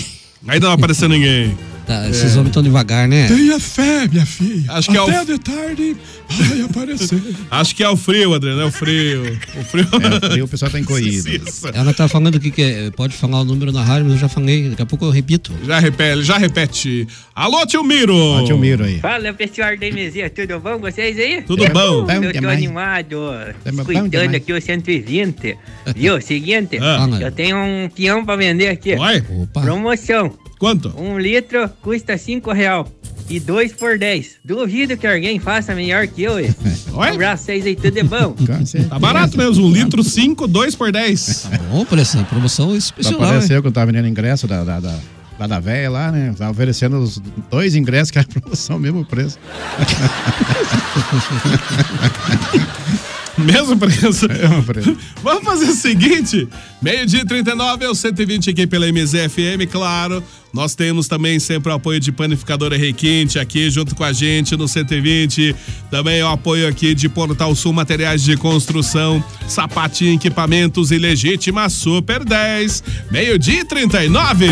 [SPEAKER 2] Ainda não apareceu ninguém.
[SPEAKER 7] Tá, esses
[SPEAKER 2] É.
[SPEAKER 7] homens estão devagar, né?
[SPEAKER 13] Tenha fé, minha filha.
[SPEAKER 2] Acho que é
[SPEAKER 13] Até
[SPEAKER 2] o-
[SPEAKER 13] de tarde vai aparecer.
[SPEAKER 2] Acho que é o frio, Adriano, é o frio. O frio.
[SPEAKER 6] É, o frio, o pessoal tá encolhido.
[SPEAKER 7] Ela tá falando que quer, pode falar o número na rádio, mas eu já falei, daqui a pouco eu repito.
[SPEAKER 2] Já repete, já repete. Alô, tio Miro!
[SPEAKER 7] Ó, tio Miro aí.
[SPEAKER 14] Fala pessoal da MZ, tudo bom com vocês aí?
[SPEAKER 2] Tudo bom. Bom
[SPEAKER 14] Eu tô
[SPEAKER 2] demais.
[SPEAKER 14] animado,
[SPEAKER 2] bom
[SPEAKER 14] cuidando
[SPEAKER 2] demais.
[SPEAKER 14] aqui o 120. Viu? Seguinte,
[SPEAKER 2] Ah.
[SPEAKER 14] eu tenho um peão pra vender aqui.
[SPEAKER 2] Vai.
[SPEAKER 14] Promoção.
[SPEAKER 2] Quanto?
[SPEAKER 14] Um litro custa 5 real e dois por 10. Duvido que alguém faça melhor que eu. hein? Um abraço vocês aí, tudo é bom?
[SPEAKER 2] Tá barato mesmo, um litro 5, 2 por 10.
[SPEAKER 7] Tá bom, pressão, promoção
[SPEAKER 6] Só apareceu que eu tava vendendo ingresso da, da, da, lá da véia lá, né? Tava oferecendo os dois ingressos que era promoção, mesmo preço.
[SPEAKER 2] Mesmo preço? Vamos fazer o seguinte: meio-dia e 39 é o 120 aqui pela MZFM, claro. Nós temos também sempre o apoio de Panificadora Requinte aqui junto com a gente no 120. Também o apoio aqui de Portal Sul Materiais de Construção, Sapatinho Equipamentos e Legítima Super 10. Meio-dia e 39.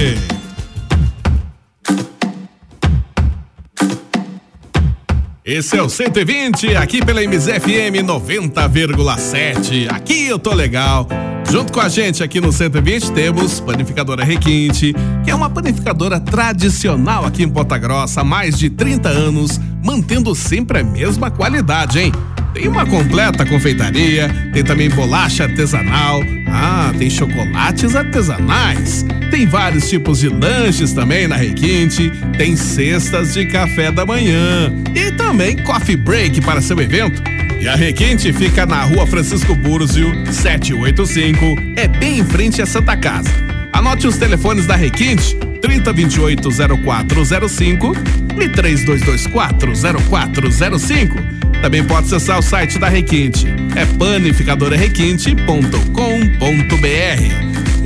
[SPEAKER 2] Esse é o 120, aqui pela MZFM 90,7. Aqui eu tô legal. Junto com a gente aqui no 120 temos Panificadora Requinte, que é uma panificadora tradicional aqui em Ponta Grossa há mais de 30 anos, mantendo sempre a mesma qualidade, hein? Tem uma completa confeitaria, tem também bolacha artesanal, ah, tem chocolates artesanais, tem vários tipos de lanches também na Requinte, tem cestas de café da manhã e também coffee break para seu evento. E a Requinte fica na rua Francisco Búrzio, 785, é bem em frente à Santa Casa. Anote os telefones da Requinte, 3028-0405 e 3224-0405. Também pode acessar o site da Requinte. É panificadorarequinte.com.br.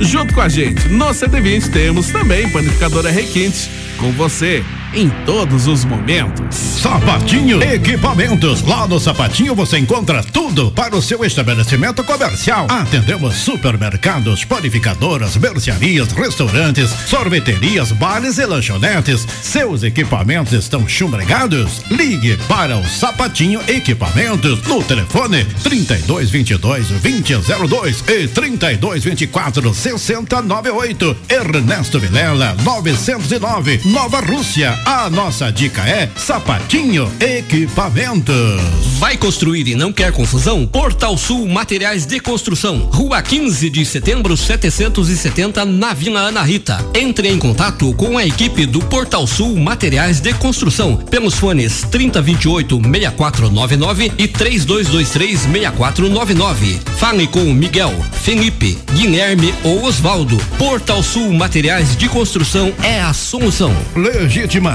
[SPEAKER 2] Junto com a gente, no 120 temos também Panificadora Requinte, com você em todos os momentos.
[SPEAKER 8] Sapatinho Equipamentos. Lá no Sapatinho você encontra tudo para o seu estabelecimento comercial. Atendemos supermercados, panificadoras, mercearias, restaurantes, sorveterias, bares e lanchonetes. Seus equipamentos estão chumbregados? Ligue para o Sapatinho Equipamentos no telefone 3222 2002 e 3224 6098. Ernesto Vilela 909 Nova Rússia. A nossa dica é sapatinho equipamentos.
[SPEAKER 15] Vai construir e não quer confusão? Portal Sul Materiais de Construção, Rua 15 de Setembro 770, na Vila Ana Rita. Entre em contato com a equipe do Portal Sul Materiais de Construção pelos fones 3028 6499 e 3223 6499. Fale com Miguel, Felipe, Guilherme ou Osvaldo. Portal Sul Materiais de Construção é a solução.
[SPEAKER 8] Legítima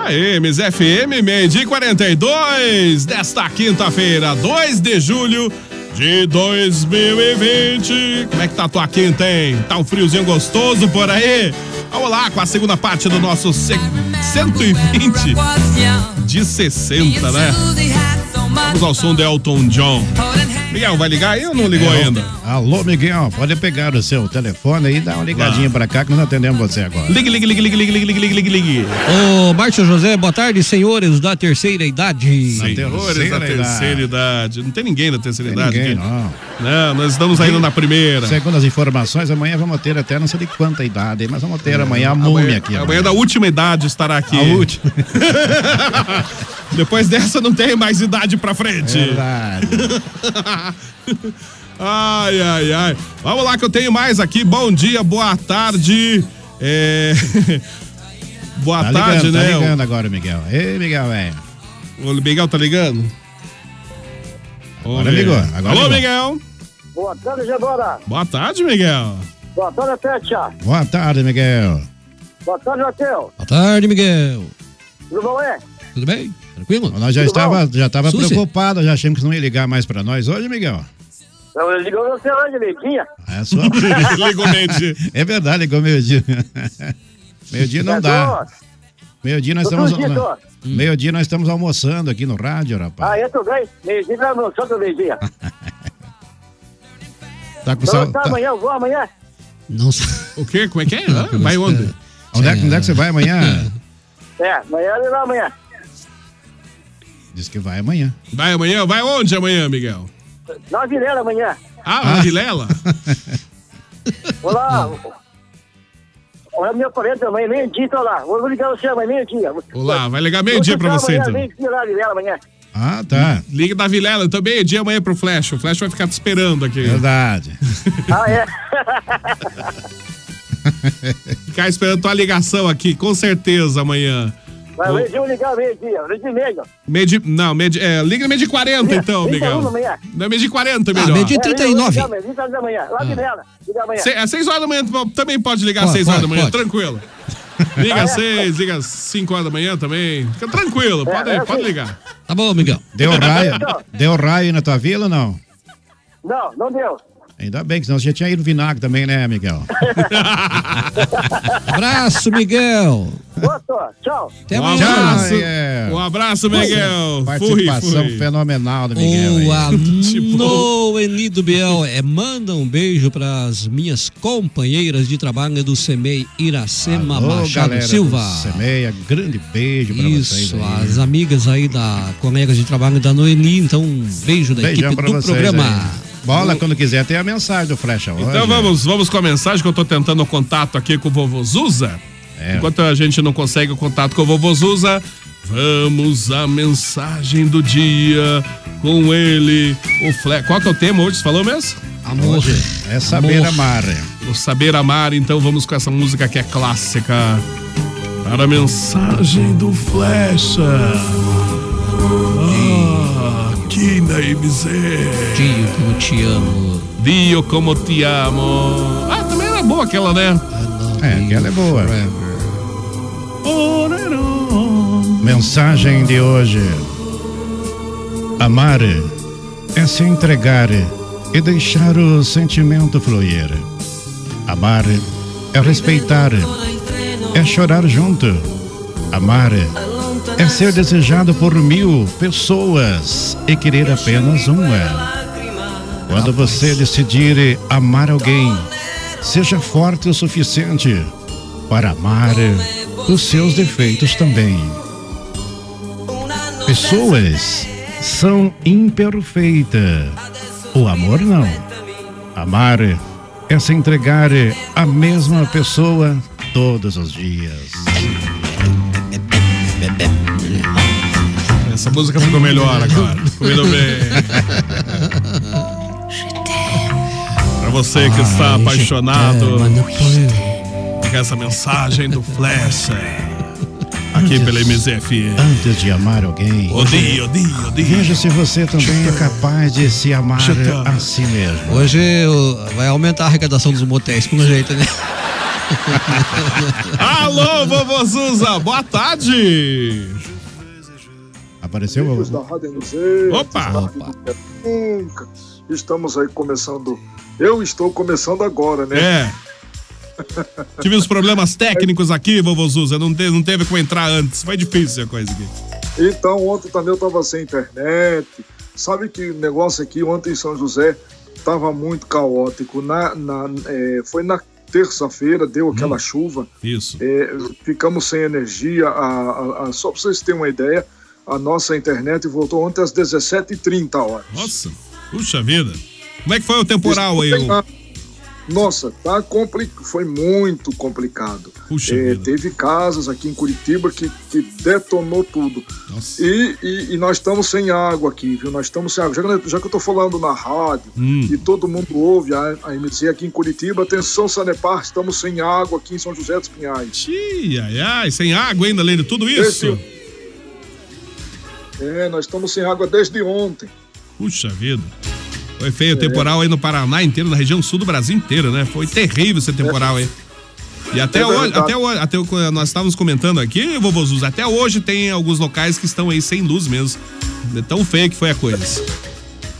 [SPEAKER 2] Aê, MZFM, meio dia e 42, desta quinta-feira, 2 de julho de 2020. Como é que tá a tua quinta, hein? Tá um friozinho gostoso por aí? Vamos lá com a segunda parte do nosso se- 120 de 60, né? Vamos ao som do Elton John. Miguel, vai ligar aí ou não ligou
[SPEAKER 6] É,
[SPEAKER 2] ainda?
[SPEAKER 6] Alô, Miguel, pode pegar o seu telefone aí e dar uma ligadinha pra cá que nós atendemos você agora.
[SPEAKER 2] Ligue, ligue, ligue, ligue, ligue, ligue, ligue, ligue, ligue.
[SPEAKER 7] Ô, Márcio José, boa tarde, senhores da terceira idade.
[SPEAKER 2] Senhores da terceira idade. Não tem ninguém da terceira idade.
[SPEAKER 6] ninguém,
[SPEAKER 2] aqui. Não, nós estamos ainda na primeira.
[SPEAKER 6] Segundo as informações, amanhã vamos ter até não sei de quanta idade, mas vamos ter amanhã a múmia
[SPEAKER 2] É. Amanhã,
[SPEAKER 6] aqui.
[SPEAKER 2] amanhã da última idade estará aqui.
[SPEAKER 6] A última.
[SPEAKER 2] Depois dessa não tem mais idade pra frente.
[SPEAKER 6] É Verdade.
[SPEAKER 2] ai, ai, ai. Vamos lá que eu tenho mais aqui. Bom dia, boa tarde. É... boa
[SPEAKER 6] Tá
[SPEAKER 2] tarde,
[SPEAKER 6] ligando,
[SPEAKER 2] né?
[SPEAKER 6] tá ligando agora, Miguel. Ei, Miguel, velho.
[SPEAKER 2] O Miguel tá ligando?
[SPEAKER 6] Agora ligou, agora
[SPEAKER 2] Alô,
[SPEAKER 6] ligou.
[SPEAKER 2] Miguel.
[SPEAKER 16] Boa tarde, Gedora.
[SPEAKER 2] Boa tarde, Miguel.
[SPEAKER 16] Boa tarde, Tetia.
[SPEAKER 6] Boa tarde, Miguel.
[SPEAKER 16] Boa tarde, Matheus.
[SPEAKER 7] Boa tarde, Miguel.
[SPEAKER 16] Tudo bom, é?
[SPEAKER 7] Tudo bem? Tranquilo?
[SPEAKER 6] Nós já
[SPEAKER 16] Tudo
[SPEAKER 6] estava,
[SPEAKER 16] bom?
[SPEAKER 6] já estava
[SPEAKER 16] Suzy?
[SPEAKER 6] preocupado, já achamos que não ia ligar mais pra nós hoje, Miguel.
[SPEAKER 16] Eu ligo você lá de leitinha.
[SPEAKER 6] É só.
[SPEAKER 16] Ligou meio-dia.
[SPEAKER 6] É verdade, ligou meio-dia. meio-dia
[SPEAKER 16] Tá
[SPEAKER 6] não dá. Meio-dia nós
[SPEAKER 16] Doutor
[SPEAKER 6] estamos.
[SPEAKER 16] Dito.
[SPEAKER 6] na- Meio-dia nós estamos almoçando aqui no rádio, rapaz.
[SPEAKER 16] Ah, eu tô bem. Meio-dia pra não, só do meio-dia.
[SPEAKER 6] Tá com
[SPEAKER 16] Então
[SPEAKER 6] sal...
[SPEAKER 16] tá,
[SPEAKER 6] tá-
[SPEAKER 16] amanhã eu vou, amanhã.
[SPEAKER 7] Não
[SPEAKER 2] O quê? Como é que é? Hã? Vai onde?
[SPEAKER 6] Onde é, que- onde é que você vai amanhã?
[SPEAKER 16] É, amanhã eu vou lá amanhã.
[SPEAKER 6] Diz que vai amanhã.
[SPEAKER 2] Vai amanhã? Vai onde amanhã, Miguel?
[SPEAKER 16] Na Vilela amanhã.
[SPEAKER 2] Ah, na Vilela?
[SPEAKER 16] Vou lá. Olha meu parente amanhã, meio-dia, tô lá. Vou ligar você amanhã, meio-dia. tá
[SPEAKER 2] Olá, vai ligar meio-dia pra você,
[SPEAKER 16] Amanhã,
[SPEAKER 2] então.
[SPEAKER 16] meio-dia lá, Vilela amanhã.
[SPEAKER 6] Ah, tá.
[SPEAKER 2] Liga da Vilela, então meio-dia amanhã pro Flash. O Flash vai ficar te esperando aqui.
[SPEAKER 6] Verdade.
[SPEAKER 16] Ah, é?
[SPEAKER 2] ficar esperando tua ligação aqui, com certeza amanhã.
[SPEAKER 16] Mas hoje eu vou ligar meio-dia, meio-dia e meia.
[SPEAKER 2] Medi... Não, medi... é, liga no meio de 40 então,
[SPEAKER 16] 31
[SPEAKER 2] Miguel.
[SPEAKER 16] amanhã.
[SPEAKER 2] Não é meio de 40 melhor.
[SPEAKER 16] um É, liga amanhã, liga da manhã, lá
[SPEAKER 2] Ah.
[SPEAKER 16] de Vilela. Liga amanhã.
[SPEAKER 2] Se, é 6 horas da manhã, tu também pode ligar às
[SPEAKER 7] Pode,
[SPEAKER 2] 6 horas da
[SPEAKER 7] pode,
[SPEAKER 2] manhã,
[SPEAKER 7] pode.
[SPEAKER 2] tranquilo. Liga
[SPEAKER 7] Ah, é?
[SPEAKER 2] às 6, liga às 5 horas da manhã também. Fica tranquilo,
[SPEAKER 16] É,
[SPEAKER 2] pode,
[SPEAKER 16] é
[SPEAKER 2] pode
[SPEAKER 16] assim.
[SPEAKER 2] ligar.
[SPEAKER 7] Tá bom, Miguel.
[SPEAKER 6] Deu raio,
[SPEAKER 16] Então.
[SPEAKER 6] deu raio na tua vila ou não?
[SPEAKER 16] Não, não deu.
[SPEAKER 6] Ainda bem, que senão você já tinha ido no vinagre também, né, Miguel?
[SPEAKER 7] Abraço, Miguel.
[SPEAKER 16] Gostou? Tchau.
[SPEAKER 7] Até
[SPEAKER 6] Um
[SPEAKER 7] amanhã.
[SPEAKER 6] abraço. É.
[SPEAKER 2] Um abraço, Miguel.
[SPEAKER 6] Participação
[SPEAKER 7] Fui, fui.
[SPEAKER 6] fenomenal do Miguel. aí.
[SPEAKER 7] O
[SPEAKER 2] Tipo,
[SPEAKER 7] Anoeni do Biel é, manda um beijo para as minhas companheiras de trabalho é do SEMEI Iracema
[SPEAKER 6] Alô,
[SPEAKER 7] Machado
[SPEAKER 6] galera do
[SPEAKER 7] Silva.
[SPEAKER 6] Semeia, grande beijo pra vocês.
[SPEAKER 7] Isso, as amigas aí da colegas de trabalho da Noeli, então um beijo da
[SPEAKER 6] Beijão
[SPEAKER 7] equipe
[SPEAKER 6] pra
[SPEAKER 7] do
[SPEAKER 6] vocês.
[SPEAKER 7] programa.
[SPEAKER 6] aí. Bola quando quiser, tem a mensagem do Flecha hoje.
[SPEAKER 2] Então vamos, vamos com a mensagem que eu tô tentando o contato aqui com o vovô Zuza.
[SPEAKER 6] É.
[SPEAKER 2] Enquanto a gente não consegue o contato com o vovô Zuza, vamos à mensagem do dia com ele, o Fle... Qual que é o tema hoje? Você falou mesmo?
[SPEAKER 7] Amor.
[SPEAKER 6] É saber
[SPEAKER 2] Amor.
[SPEAKER 6] amar.
[SPEAKER 2] O saber amar, então vamos com essa música que é clássica. Para a mensagem do Flecha.
[SPEAKER 13] Ah, aqui na MZ.
[SPEAKER 7] Dio, como te amo.
[SPEAKER 2] Dio, como te amo. Ah, também era boa aquela, né?
[SPEAKER 6] É, aquela é boa. Mensagem de hoje: Amar é se entregar e deixar o sentimento fluir. Amar é respeitar, é chorar junto. Amar é ser desejado por mil pessoas e querer apenas uma. Quando você decidir amar alguém, seja forte o suficiente para amar os seus defeitos também. Pessoas são imperfeitas. O amor não. Amar é se entregar à mesma pessoa todos os dias.
[SPEAKER 2] Essa música ficou melhor agora. Ficou indo bem. Pra você que está apaixonado, fica essa mensagem do Flash. Aqui pela MZFM.
[SPEAKER 6] Antes de amar alguém,
[SPEAKER 2] Odeio, odeio, odeio.
[SPEAKER 6] veja se você também é capaz de se amar a si mesmo.
[SPEAKER 7] Hoje o- vai aumentar a arrecadação dos motéis, pelo jeito, né?
[SPEAKER 2] Alô, vovô Zuza, boa tarde.
[SPEAKER 6] Apareceu
[SPEAKER 10] Amigos da Rádio NZ,
[SPEAKER 2] Opa!
[SPEAKER 10] Nunca. Estamos aí começando. Eu estou começando agora, né?
[SPEAKER 2] É. Tive uns problemas técnicos aqui, vovô Zuza. Não, te- não teve como entrar antes. Foi difícil a coisa aqui.
[SPEAKER 10] Então, ontem também eu estava sem internet. Sabe que o negócio aqui ontem em São José estava muito caótico. Na, na- é, foi na terça-feira,
[SPEAKER 2] Hum.
[SPEAKER 10] deu aquela chuva.
[SPEAKER 2] Isso.
[SPEAKER 10] É, ficamos sem energia. a- a- a- só para vocês terem uma ideia, a nossa internet voltou ontem às 17h30 horas.
[SPEAKER 2] Nossa, puxa vida. Como é que foi o temporal aí? o-
[SPEAKER 10] Nossa, tá compli... foi muito complicado.
[SPEAKER 2] Puxa
[SPEAKER 10] É, teve casas aqui em Curitiba que, que detonou tudo. E, e- e nós estamos sem água aqui, viu? Nós estamos sem água. Já, que- já que eu tô falando na rádio
[SPEAKER 2] Hum.
[SPEAKER 10] e todo mundo ouve a, a MC aqui em Curitiba, atenção, Sanepar, estamos sem água aqui em São José dos Pinhais.
[SPEAKER 2] Ih, ai, ai, sem água ainda, Lênin. Tudo isso?
[SPEAKER 10] É, nós estamos sem água desde ontem.
[SPEAKER 2] Puxa vida. Foi feio o temporal aí no Paraná inteiro, na região sul do Brasil inteiro, né? Foi terrível esse temporal aí. E até
[SPEAKER 4] É
[SPEAKER 2] hoje,
[SPEAKER 4] verdade.
[SPEAKER 2] até hoje, até o- nós estávamos comentando aqui, vovô Zuz, até hoje tem alguns locais que estão aí sem luz mesmo. É tão feio que foi a coisa.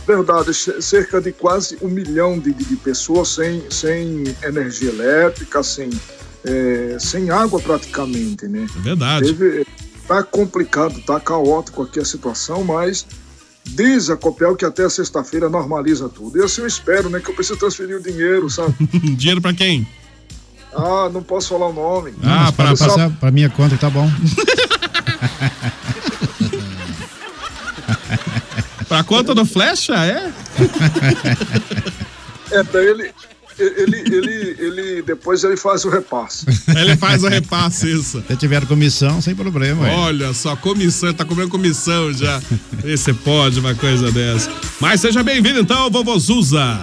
[SPEAKER 10] Verdade, che- cerca de quase um milhão de, de- de pessoas sem, sem energia elétrica, sem, é, sem água praticamente, né?
[SPEAKER 2] É Verdade.
[SPEAKER 10] Teve, tá complicado, tá caótico aqui a situação, mas diz a Copel que até sexta-feira normaliza tudo. E assim eu espero, né? Que eu preciso transferir o dinheiro, sabe?
[SPEAKER 2] Dinheiro pra quem?
[SPEAKER 10] Ah, não posso falar o nome.
[SPEAKER 6] Ah, para
[SPEAKER 10] Você sabe-
[SPEAKER 6] passar para minha conta tá bom.
[SPEAKER 2] Pra conta do Flecha, é?
[SPEAKER 10] É, daí ele, ele, ele, ele, depois ele faz o repasse.
[SPEAKER 2] Ele faz o repasse, isso.
[SPEAKER 6] Se tiver comissão, sem problema. é.
[SPEAKER 2] Olha só, comissão, ele tá comendo comissão já. Vê se pode uma coisa dessa. Mas seja bem-vindo então, vovô Zuza.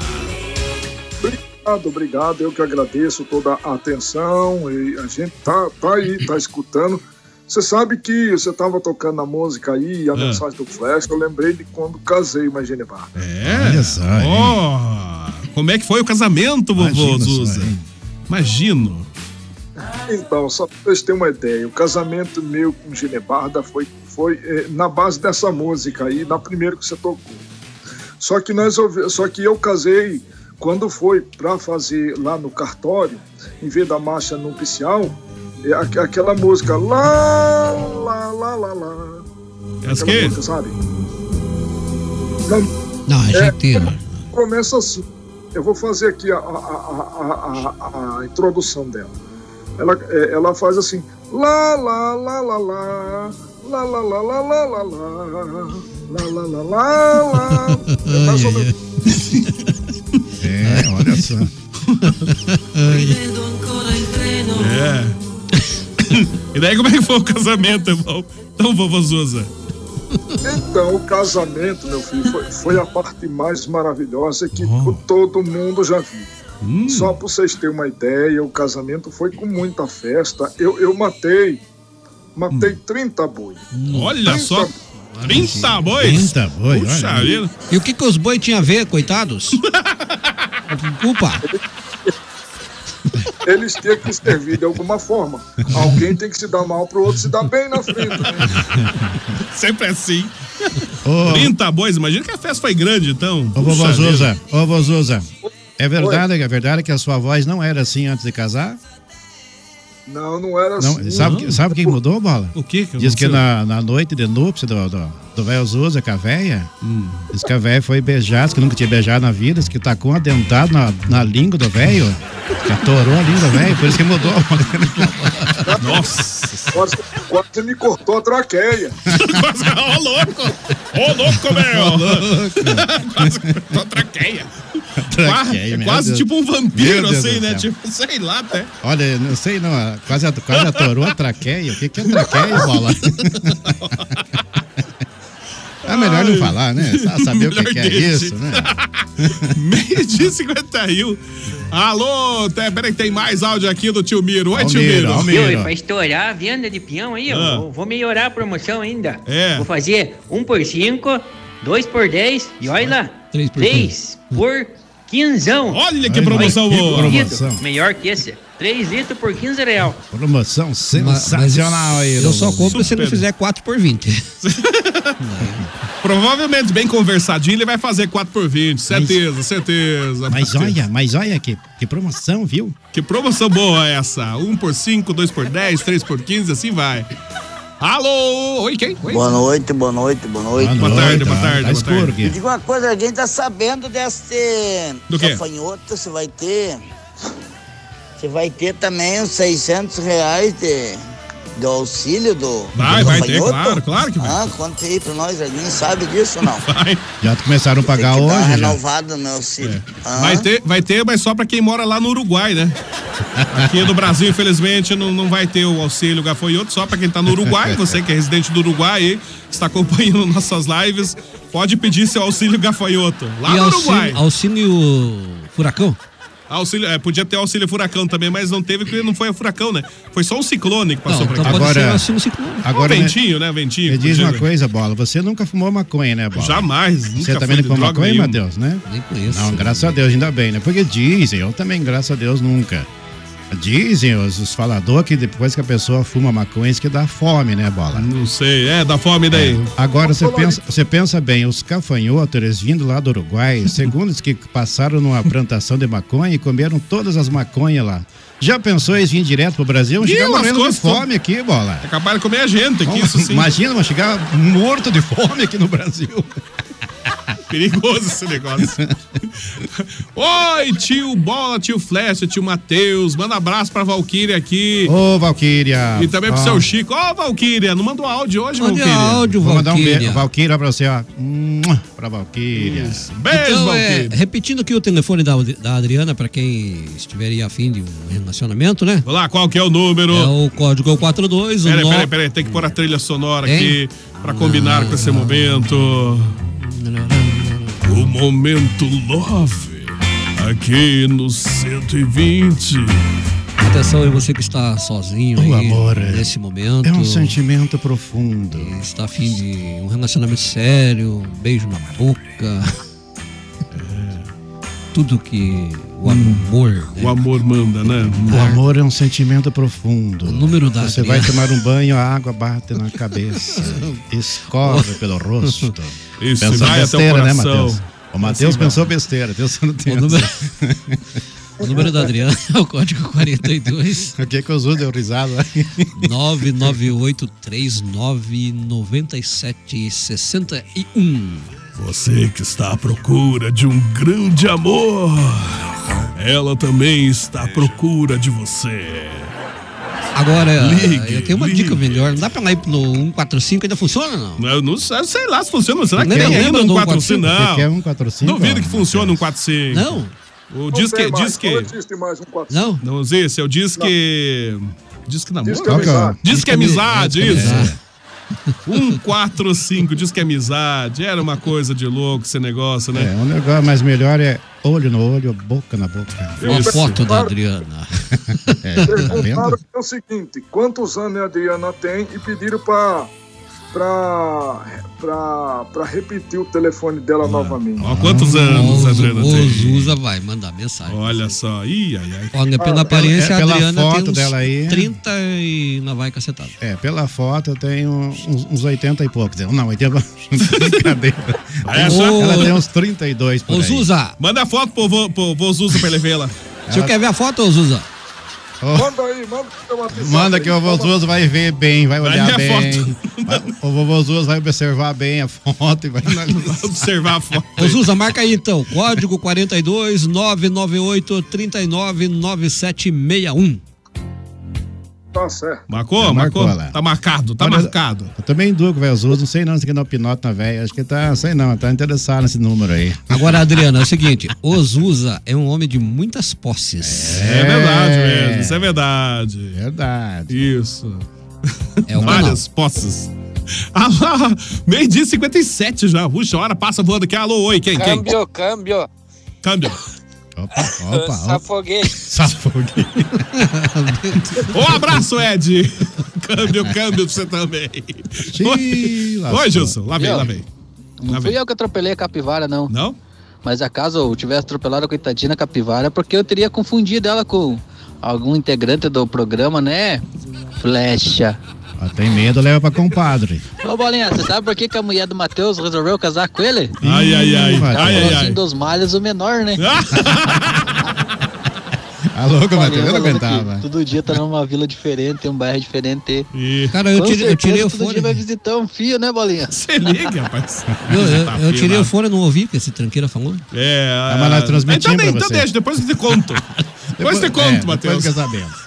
[SPEAKER 10] Obrigado, obrigado. Eu que agradeço toda a atenção e a gente tá, tá aí, tá escutando. Você sabe que você estava tocando a música aí e a
[SPEAKER 2] Ah.
[SPEAKER 10] mensagem do Flash, eu lembrei de quando casei, imagine Bar.
[SPEAKER 2] É? Olha só. como é que foi o casamento, vovô
[SPEAKER 10] Imagina só,
[SPEAKER 2] Zuza? Imagino.
[SPEAKER 10] Então, só pra vocês terem uma ideia, o casamento meu com Ginebarda foi, foi eh, na base dessa música aí, na primeira que você tocou. Só que nós ouvi- só que eu casei quando foi para fazer lá no cartório, em vez da marcha nupcial, eh, aqu- aquela música lá, lá, lá, lá, lá.
[SPEAKER 2] As
[SPEAKER 10] Aquela
[SPEAKER 2] que?
[SPEAKER 10] música, sabe? Não,
[SPEAKER 7] Não, Argentina.
[SPEAKER 10] começa assim. Eu vou fazer aqui a, a- a- a- a- a introdução dela. Ela, é, ela faz assim. Lá, lá, lá, lá, lá. Lá, lá, lá, lá, lá, lá, lá. Lá, lá, lá, lá, lá. É mais ou menos.
[SPEAKER 6] É, olha só.
[SPEAKER 2] É. E daí como é que foi o casamento, irmão? Então, vovô Zuza.
[SPEAKER 10] Então, o
[SPEAKER 2] Oh.
[SPEAKER 10] casamento, meu filho, foi, foi a parte mais maravilhosa que todo mundo já viu.
[SPEAKER 2] Hum.
[SPEAKER 10] Só para vocês terem uma ideia, o casamento foi com muita festa. Eu, eu matei, matei 30 boi.
[SPEAKER 2] Hum. Olha só. 30 bois?
[SPEAKER 6] 30 bois,
[SPEAKER 2] Puxa
[SPEAKER 6] Uhum. olha.
[SPEAKER 2] vida.
[SPEAKER 7] E o que, que os boi tinham a ver, coitados? Culpa.
[SPEAKER 10] Eles tinham que servir de alguma forma. Alguém tem que se dar mal para o outro se dar bem na frente. né?
[SPEAKER 2] Sempre assim. 30 bois, imagina que a festa foi grande, então. Puxa
[SPEAKER 6] Ô, vovozuza,
[SPEAKER 2] vida.
[SPEAKER 6] ô, vovozuza. É verdade, é verdade que a sua voz não era assim antes de casar?
[SPEAKER 10] Não, não era
[SPEAKER 6] Não,
[SPEAKER 10] assim.
[SPEAKER 6] sabe o que mudou, Bola?
[SPEAKER 2] O que que
[SPEAKER 6] Diz que
[SPEAKER 2] aconteceu?
[SPEAKER 6] na, na noite de núpcia do, do, do véu Zuza com a véia,
[SPEAKER 2] Hum.
[SPEAKER 6] diz que a véia foi beijar, diz que nunca tinha beijado na vida, diz que tá tacou uma dentada na, na língua do véio, que atorou a língua do véio, por isso que mudou.
[SPEAKER 2] Nossa!
[SPEAKER 10] Quase, quase me cortou a traqueia.
[SPEAKER 2] Ô louco! Ô louco,
[SPEAKER 10] Ô,
[SPEAKER 2] meu! quase tô traqueia.
[SPEAKER 6] Traqueia,
[SPEAKER 2] Qua-
[SPEAKER 6] meu
[SPEAKER 2] quase
[SPEAKER 6] Deus.
[SPEAKER 2] tipo um vampiro,
[SPEAKER 6] Meu Deus
[SPEAKER 2] assim,
[SPEAKER 6] do
[SPEAKER 2] né?
[SPEAKER 6] céu.
[SPEAKER 2] Tipo, sei lá até.
[SPEAKER 6] Olha, não sei não, quase, quase atorou a traqueia. O que, que é traqueia, Bola? É melhor não falar, né? Só saber o que,
[SPEAKER 2] Melhor
[SPEAKER 6] que é
[SPEAKER 2] deixa.
[SPEAKER 6] isso, né?
[SPEAKER 2] Meio dia e 51. Alô, te- peraí, que tem mais áudio aqui do tio Miro. Oi, tio Miro.
[SPEAKER 14] Oi, pra estourar a venda de peão aí, eu
[SPEAKER 2] Ah.
[SPEAKER 14] vou- vou melhorar a promoção ainda.
[SPEAKER 2] É.
[SPEAKER 14] Vou fazer 1 por 5, 2 por 10 e olha lá,
[SPEAKER 7] Três por
[SPEAKER 14] 3 por 15.
[SPEAKER 2] Olha que promoção
[SPEAKER 6] que
[SPEAKER 2] boa.
[SPEAKER 6] promoção.
[SPEAKER 14] Melhor que esse. 3 litros por 15 real.
[SPEAKER 6] Promoção sensacional aí.
[SPEAKER 7] Eu só compro se não
[SPEAKER 2] Super.
[SPEAKER 7] fizer 4 por 20.
[SPEAKER 2] Provavelmente bem conversadinho, ele vai fazer 4 por 20. Certeza, certeza.
[SPEAKER 6] Mas olha, mas olha que, que promoção, viu?
[SPEAKER 2] Que promoção boa essa. 1 por 5, 2 por 10, 3 por 15, assim vai. Alô, oi, quem? Oi.
[SPEAKER 17] Boa noite, boa noite, boa noite. Tá
[SPEAKER 2] Boa tarde, boa tarde, boa tarde.
[SPEAKER 17] Me diga uma coisa, alguém tá sabendo desse
[SPEAKER 2] Do quê?
[SPEAKER 17] gafanhoto, você vai ter. Você vai ter também os 600 reais de, do auxílio do.
[SPEAKER 6] Vai,
[SPEAKER 17] do
[SPEAKER 6] vai ter,
[SPEAKER 17] gafanhoto?
[SPEAKER 6] claro, claro que vai.
[SPEAKER 17] Ah, conta aí pra nós, alguém sabe disso ou não?
[SPEAKER 6] Já começaram a pagar
[SPEAKER 17] Tem que dar uma
[SPEAKER 6] hoje. né? É. já.
[SPEAKER 17] renovada no auxílio. Ah,
[SPEAKER 2] Vai ter, vai ter, mas só pra quem mora lá no Uruguai, né? Aqui no Brasil, infelizmente, não, não vai ter o auxílio gafanhoto, só pra quem tá no Uruguai. Você que é residente do Uruguai aí, está acompanhando nossas lives, pode pedir seu auxílio gafanhoto. Lá
[SPEAKER 7] e
[SPEAKER 2] no
[SPEAKER 7] auxílio,
[SPEAKER 2] Uruguai.
[SPEAKER 7] auxílio furacão?
[SPEAKER 2] Auxílio, é, podia ter auxílio furacão também, mas não teve, porque não foi furacão, né? Foi só um ciclone que passou
[SPEAKER 7] Não,
[SPEAKER 2] pra
[SPEAKER 7] então
[SPEAKER 2] cá.
[SPEAKER 7] pode ser
[SPEAKER 6] Agora-
[SPEAKER 7] um
[SPEAKER 2] assim,
[SPEAKER 7] auxílio ciclone.
[SPEAKER 2] Agora,
[SPEAKER 6] Agora,
[SPEAKER 2] um ventinho, né? Ventinho.
[SPEAKER 6] Me diz
[SPEAKER 2] podia,
[SPEAKER 6] uma
[SPEAKER 2] né?
[SPEAKER 6] coisa, Bola. Você nunca fumou maconha, né, Bola?
[SPEAKER 2] Jamais.
[SPEAKER 6] Você
[SPEAKER 2] nunca fui
[SPEAKER 6] também não
[SPEAKER 2] de
[SPEAKER 6] fumou
[SPEAKER 2] droga
[SPEAKER 6] maconha,
[SPEAKER 2] nenhuma.
[SPEAKER 6] Matheus, né?
[SPEAKER 7] Nem conheço.
[SPEAKER 6] Não, graças a Deus, ainda bem, né? Porque dizem, eu também, graças a Deus, nunca. Dizem os, os faladores que depois que a pessoa fuma maconha, isso que dá fome, né, Bola?
[SPEAKER 2] Não sei, é, dá fome daí.
[SPEAKER 6] Agora, você pensa, você pensa bem, os cafanhotos, eles vindo lá do Uruguai, segundo os que passaram numa plantação de maconha e comeram todas as maconhas lá. Já pensou eles virem direto pro Brasil? Vão
[SPEAKER 2] Ih,
[SPEAKER 6] chegar um morrendo
[SPEAKER 2] lascou,
[SPEAKER 6] de fome aqui, Bola.
[SPEAKER 2] Acabaram de comer a gente aqui, isso sim.
[SPEAKER 6] Imagina, vão chegar morto de fome aqui no Brasil.
[SPEAKER 2] Perigoso esse negócio. Oi, tio Bola, tio Flash, tio Matheus. Manda abraço pra Valkyria aqui.
[SPEAKER 6] Ô, Valquíria.
[SPEAKER 2] E também pro
[SPEAKER 6] Ó,
[SPEAKER 2] seu Chico. Ó, Valkyria, não mandou áudio hoje,
[SPEAKER 7] Manda
[SPEAKER 2] Valkyria?
[SPEAKER 7] áudio,
[SPEAKER 6] Vou mandar um
[SPEAKER 7] Valquíria.
[SPEAKER 6] beijo. Valquíria pra você, ó. Mua, Pra Valquíria.
[SPEAKER 2] Beijo,
[SPEAKER 7] então, é,
[SPEAKER 2] Valquíria.
[SPEAKER 7] repetindo aqui o telefone da, da Adriana, pra quem estiver aí afim de um relacionamento, né?
[SPEAKER 2] Vamos lá, qual que é o número?
[SPEAKER 7] É o código é o 42, o
[SPEAKER 2] Peraí,
[SPEAKER 7] nó-
[SPEAKER 2] peraí, peraí. Tem que pôr a trilha sonora
[SPEAKER 7] Tem?
[SPEAKER 2] aqui pra combinar com esse momento. O momento love. Aqui no 120.
[SPEAKER 7] Atenção aí você que está sozinho
[SPEAKER 6] O
[SPEAKER 7] aí,
[SPEAKER 6] amor é-
[SPEAKER 7] nesse momento.
[SPEAKER 6] É um sentimento profundo.
[SPEAKER 7] Está afim de um relacionamento sério, um beijo na boca.
[SPEAKER 6] É.
[SPEAKER 7] Tudo que o amor. né?
[SPEAKER 2] O amor manda, né?
[SPEAKER 6] Hum. O amor é um sentimento profundo. O
[SPEAKER 7] número da
[SPEAKER 6] Você vai
[SPEAKER 7] Adriana.
[SPEAKER 6] tomar um banho, a água bate na cabeça, escorre pelo rosto.
[SPEAKER 2] Isso,
[SPEAKER 6] Pensou
[SPEAKER 2] vai até o
[SPEAKER 6] besteira, né,
[SPEAKER 2] coração.
[SPEAKER 6] Matheus? O Matheus
[SPEAKER 2] Assim vai.
[SPEAKER 6] pensou besteira, Deus não tem.
[SPEAKER 7] O número- O número da Adriana é o código 42
[SPEAKER 6] O é que que eu uso? Deu risada.
[SPEAKER 7] 998399761.
[SPEAKER 2] Você que está à procura de um grande amor, ela também está à procura de você.
[SPEAKER 7] Agora,
[SPEAKER 2] Ligue,
[SPEAKER 7] eu tenho uma dica melhor. Não dá pra lá ir no 145, ainda funciona não?
[SPEAKER 2] Eu não sei, sei lá se funciona, será que
[SPEAKER 7] Nem
[SPEAKER 2] tem
[SPEAKER 7] lembra
[SPEAKER 2] ainda um
[SPEAKER 7] do
[SPEAKER 2] 45?
[SPEAKER 7] 145?
[SPEAKER 2] Não.
[SPEAKER 6] Você quer é? um 45?
[SPEAKER 2] Duvido que funcione um 45.
[SPEAKER 7] Não?
[SPEAKER 2] O diz
[SPEAKER 10] Não tem
[SPEAKER 2] que,
[SPEAKER 10] mais,
[SPEAKER 2] diz que,
[SPEAKER 10] Não existe mais um 400.
[SPEAKER 7] Não?
[SPEAKER 2] não existe, é o diz que, diz que namoro.
[SPEAKER 10] Diz que é amizade.
[SPEAKER 2] Diz que é amizade, isso. 145, diz que é amizade. Era uma coisa de louco esse negócio, né?
[SPEAKER 6] É, um negócio mais melhor é olho no olho, boca na boca.
[SPEAKER 7] Uma foto da Adriana.
[SPEAKER 6] É, tá
[SPEAKER 10] Perguntaram
[SPEAKER 6] vendo?
[SPEAKER 10] é o seguinte, quantos anos a Adriana tem e pediram pra, pra, pra, pra repetir o telefone dela novamente.
[SPEAKER 2] Ah. Ó, é? quantos anos,
[SPEAKER 7] Os-
[SPEAKER 2] Adriana?
[SPEAKER 7] os
[SPEAKER 2] tem?
[SPEAKER 7] usa vai mandar mensagem.
[SPEAKER 2] Olha só. Ih, ai, ai.
[SPEAKER 6] Ah,
[SPEAKER 7] Olha,
[SPEAKER 6] é,
[SPEAKER 7] pela aparência, a Adriana tem uns
[SPEAKER 6] dela aí.
[SPEAKER 7] 30 e lá vai cacetada.
[SPEAKER 6] É, pela foto eu tenho uns, uns 80 e poucos. Não, 80. Brincadeira.
[SPEAKER 2] Olha só.
[SPEAKER 6] Ela tem uns 32 por aí.
[SPEAKER 2] Ah, Manda a foto pro, vô- pro, pro Zuza pra ele ver lá.
[SPEAKER 6] O senhor quer
[SPEAKER 7] ver a foto, Zuza?
[SPEAKER 10] Manda aí, manda teu WhatsApp
[SPEAKER 6] Manda
[SPEAKER 10] aí,
[SPEAKER 6] que o vovô
[SPEAKER 10] manda-
[SPEAKER 6] Zuzo vai ver bem, vai
[SPEAKER 10] Vai
[SPEAKER 6] olhar
[SPEAKER 10] ver a
[SPEAKER 6] bem. Vai- O vovô Zuzo vai observar bem a foto e vai analisar.
[SPEAKER 2] observar a foto.
[SPEAKER 7] Ô Zuza, marca aí então. Código 42 998 39 9761.
[SPEAKER 10] Tá certo.
[SPEAKER 2] Marcou?
[SPEAKER 6] Já marcou?
[SPEAKER 2] marcou? Tá marcado, tá
[SPEAKER 6] Olha-
[SPEAKER 2] marcado.
[SPEAKER 6] Eu também dou com o velho Zuzo, não sei não, se quer dar um pinote na velha. Acho que tá, sei não, tá interessado nesse número aí.
[SPEAKER 7] Agora, Adriana, é o seguinte: o Zuza é um homem de muitas posses.
[SPEAKER 2] É, verdade mesmo, isso é verdade.
[SPEAKER 6] Verdade.
[SPEAKER 2] Isso. um
[SPEAKER 7] É o
[SPEAKER 2] Várias posses. Ah, lá, meio dia e 57 já. Puxa, a hora passa voando aqui. Alô, oi, quem, quem?
[SPEAKER 18] Câmbio, câmbio.
[SPEAKER 2] Câmbio. Opa,
[SPEAKER 18] Safoguete.
[SPEAKER 6] Safoguete.
[SPEAKER 2] Um abraço, Ed. Câmbio, câmbio pra você também. Oi,
[SPEAKER 11] lascou.
[SPEAKER 2] Oi, Gilson. Lá vem,
[SPEAKER 11] Viu?
[SPEAKER 2] lá vem.
[SPEAKER 11] Não fui eu que atropelei a capivara, não.
[SPEAKER 2] Tá Não?
[SPEAKER 11] Mas acaso eu tivesse atropelado a coitadinha da capivara, é porque eu teria confundido ela com algum integrante do programa, né? Flecha.
[SPEAKER 6] Ó, tem medo, leva pra compadre.
[SPEAKER 11] Ô Bolinha, você sabe por que, que a mulher do Matheus resolveu casar com ele?
[SPEAKER 6] Ai, ai, ai.
[SPEAKER 11] Ela
[SPEAKER 6] Ai,
[SPEAKER 11] falou
[SPEAKER 6] ai,
[SPEAKER 11] assim,
[SPEAKER 6] ai.
[SPEAKER 11] dos malhos o menor, né?
[SPEAKER 6] Tá louco,
[SPEAKER 11] Bolinha
[SPEAKER 6] Matheus? Eu não
[SPEAKER 11] falando que
[SPEAKER 6] aguentava.
[SPEAKER 11] Todo dia tá numa vila diferente, tem um bairro diferente.
[SPEAKER 7] Cara, eu
[SPEAKER 11] Com
[SPEAKER 7] tirei- eu tirei
[SPEAKER 11] certeza
[SPEAKER 7] o
[SPEAKER 11] Todo dia
[SPEAKER 7] fone.
[SPEAKER 11] vai visitar um fio, né, Bolinha?
[SPEAKER 2] Se liga, rapaz.
[SPEAKER 7] Eu, eu-
[SPEAKER 6] tá
[SPEAKER 7] eu tirei o
[SPEAKER 2] f.
[SPEAKER 7] fone e não ouvi, que esse tranqueira falou.
[SPEAKER 2] tá É,
[SPEAKER 7] Ah, mas nós
[SPEAKER 2] ah,
[SPEAKER 7] transmitimos
[SPEAKER 2] Então,
[SPEAKER 7] pra
[SPEAKER 2] nem- então
[SPEAKER 7] você.
[SPEAKER 2] deixa, depois eu te conto. depois eu te
[SPEAKER 6] é,
[SPEAKER 2] conto,
[SPEAKER 6] depois
[SPEAKER 2] Matheus.
[SPEAKER 6] fica sabendo.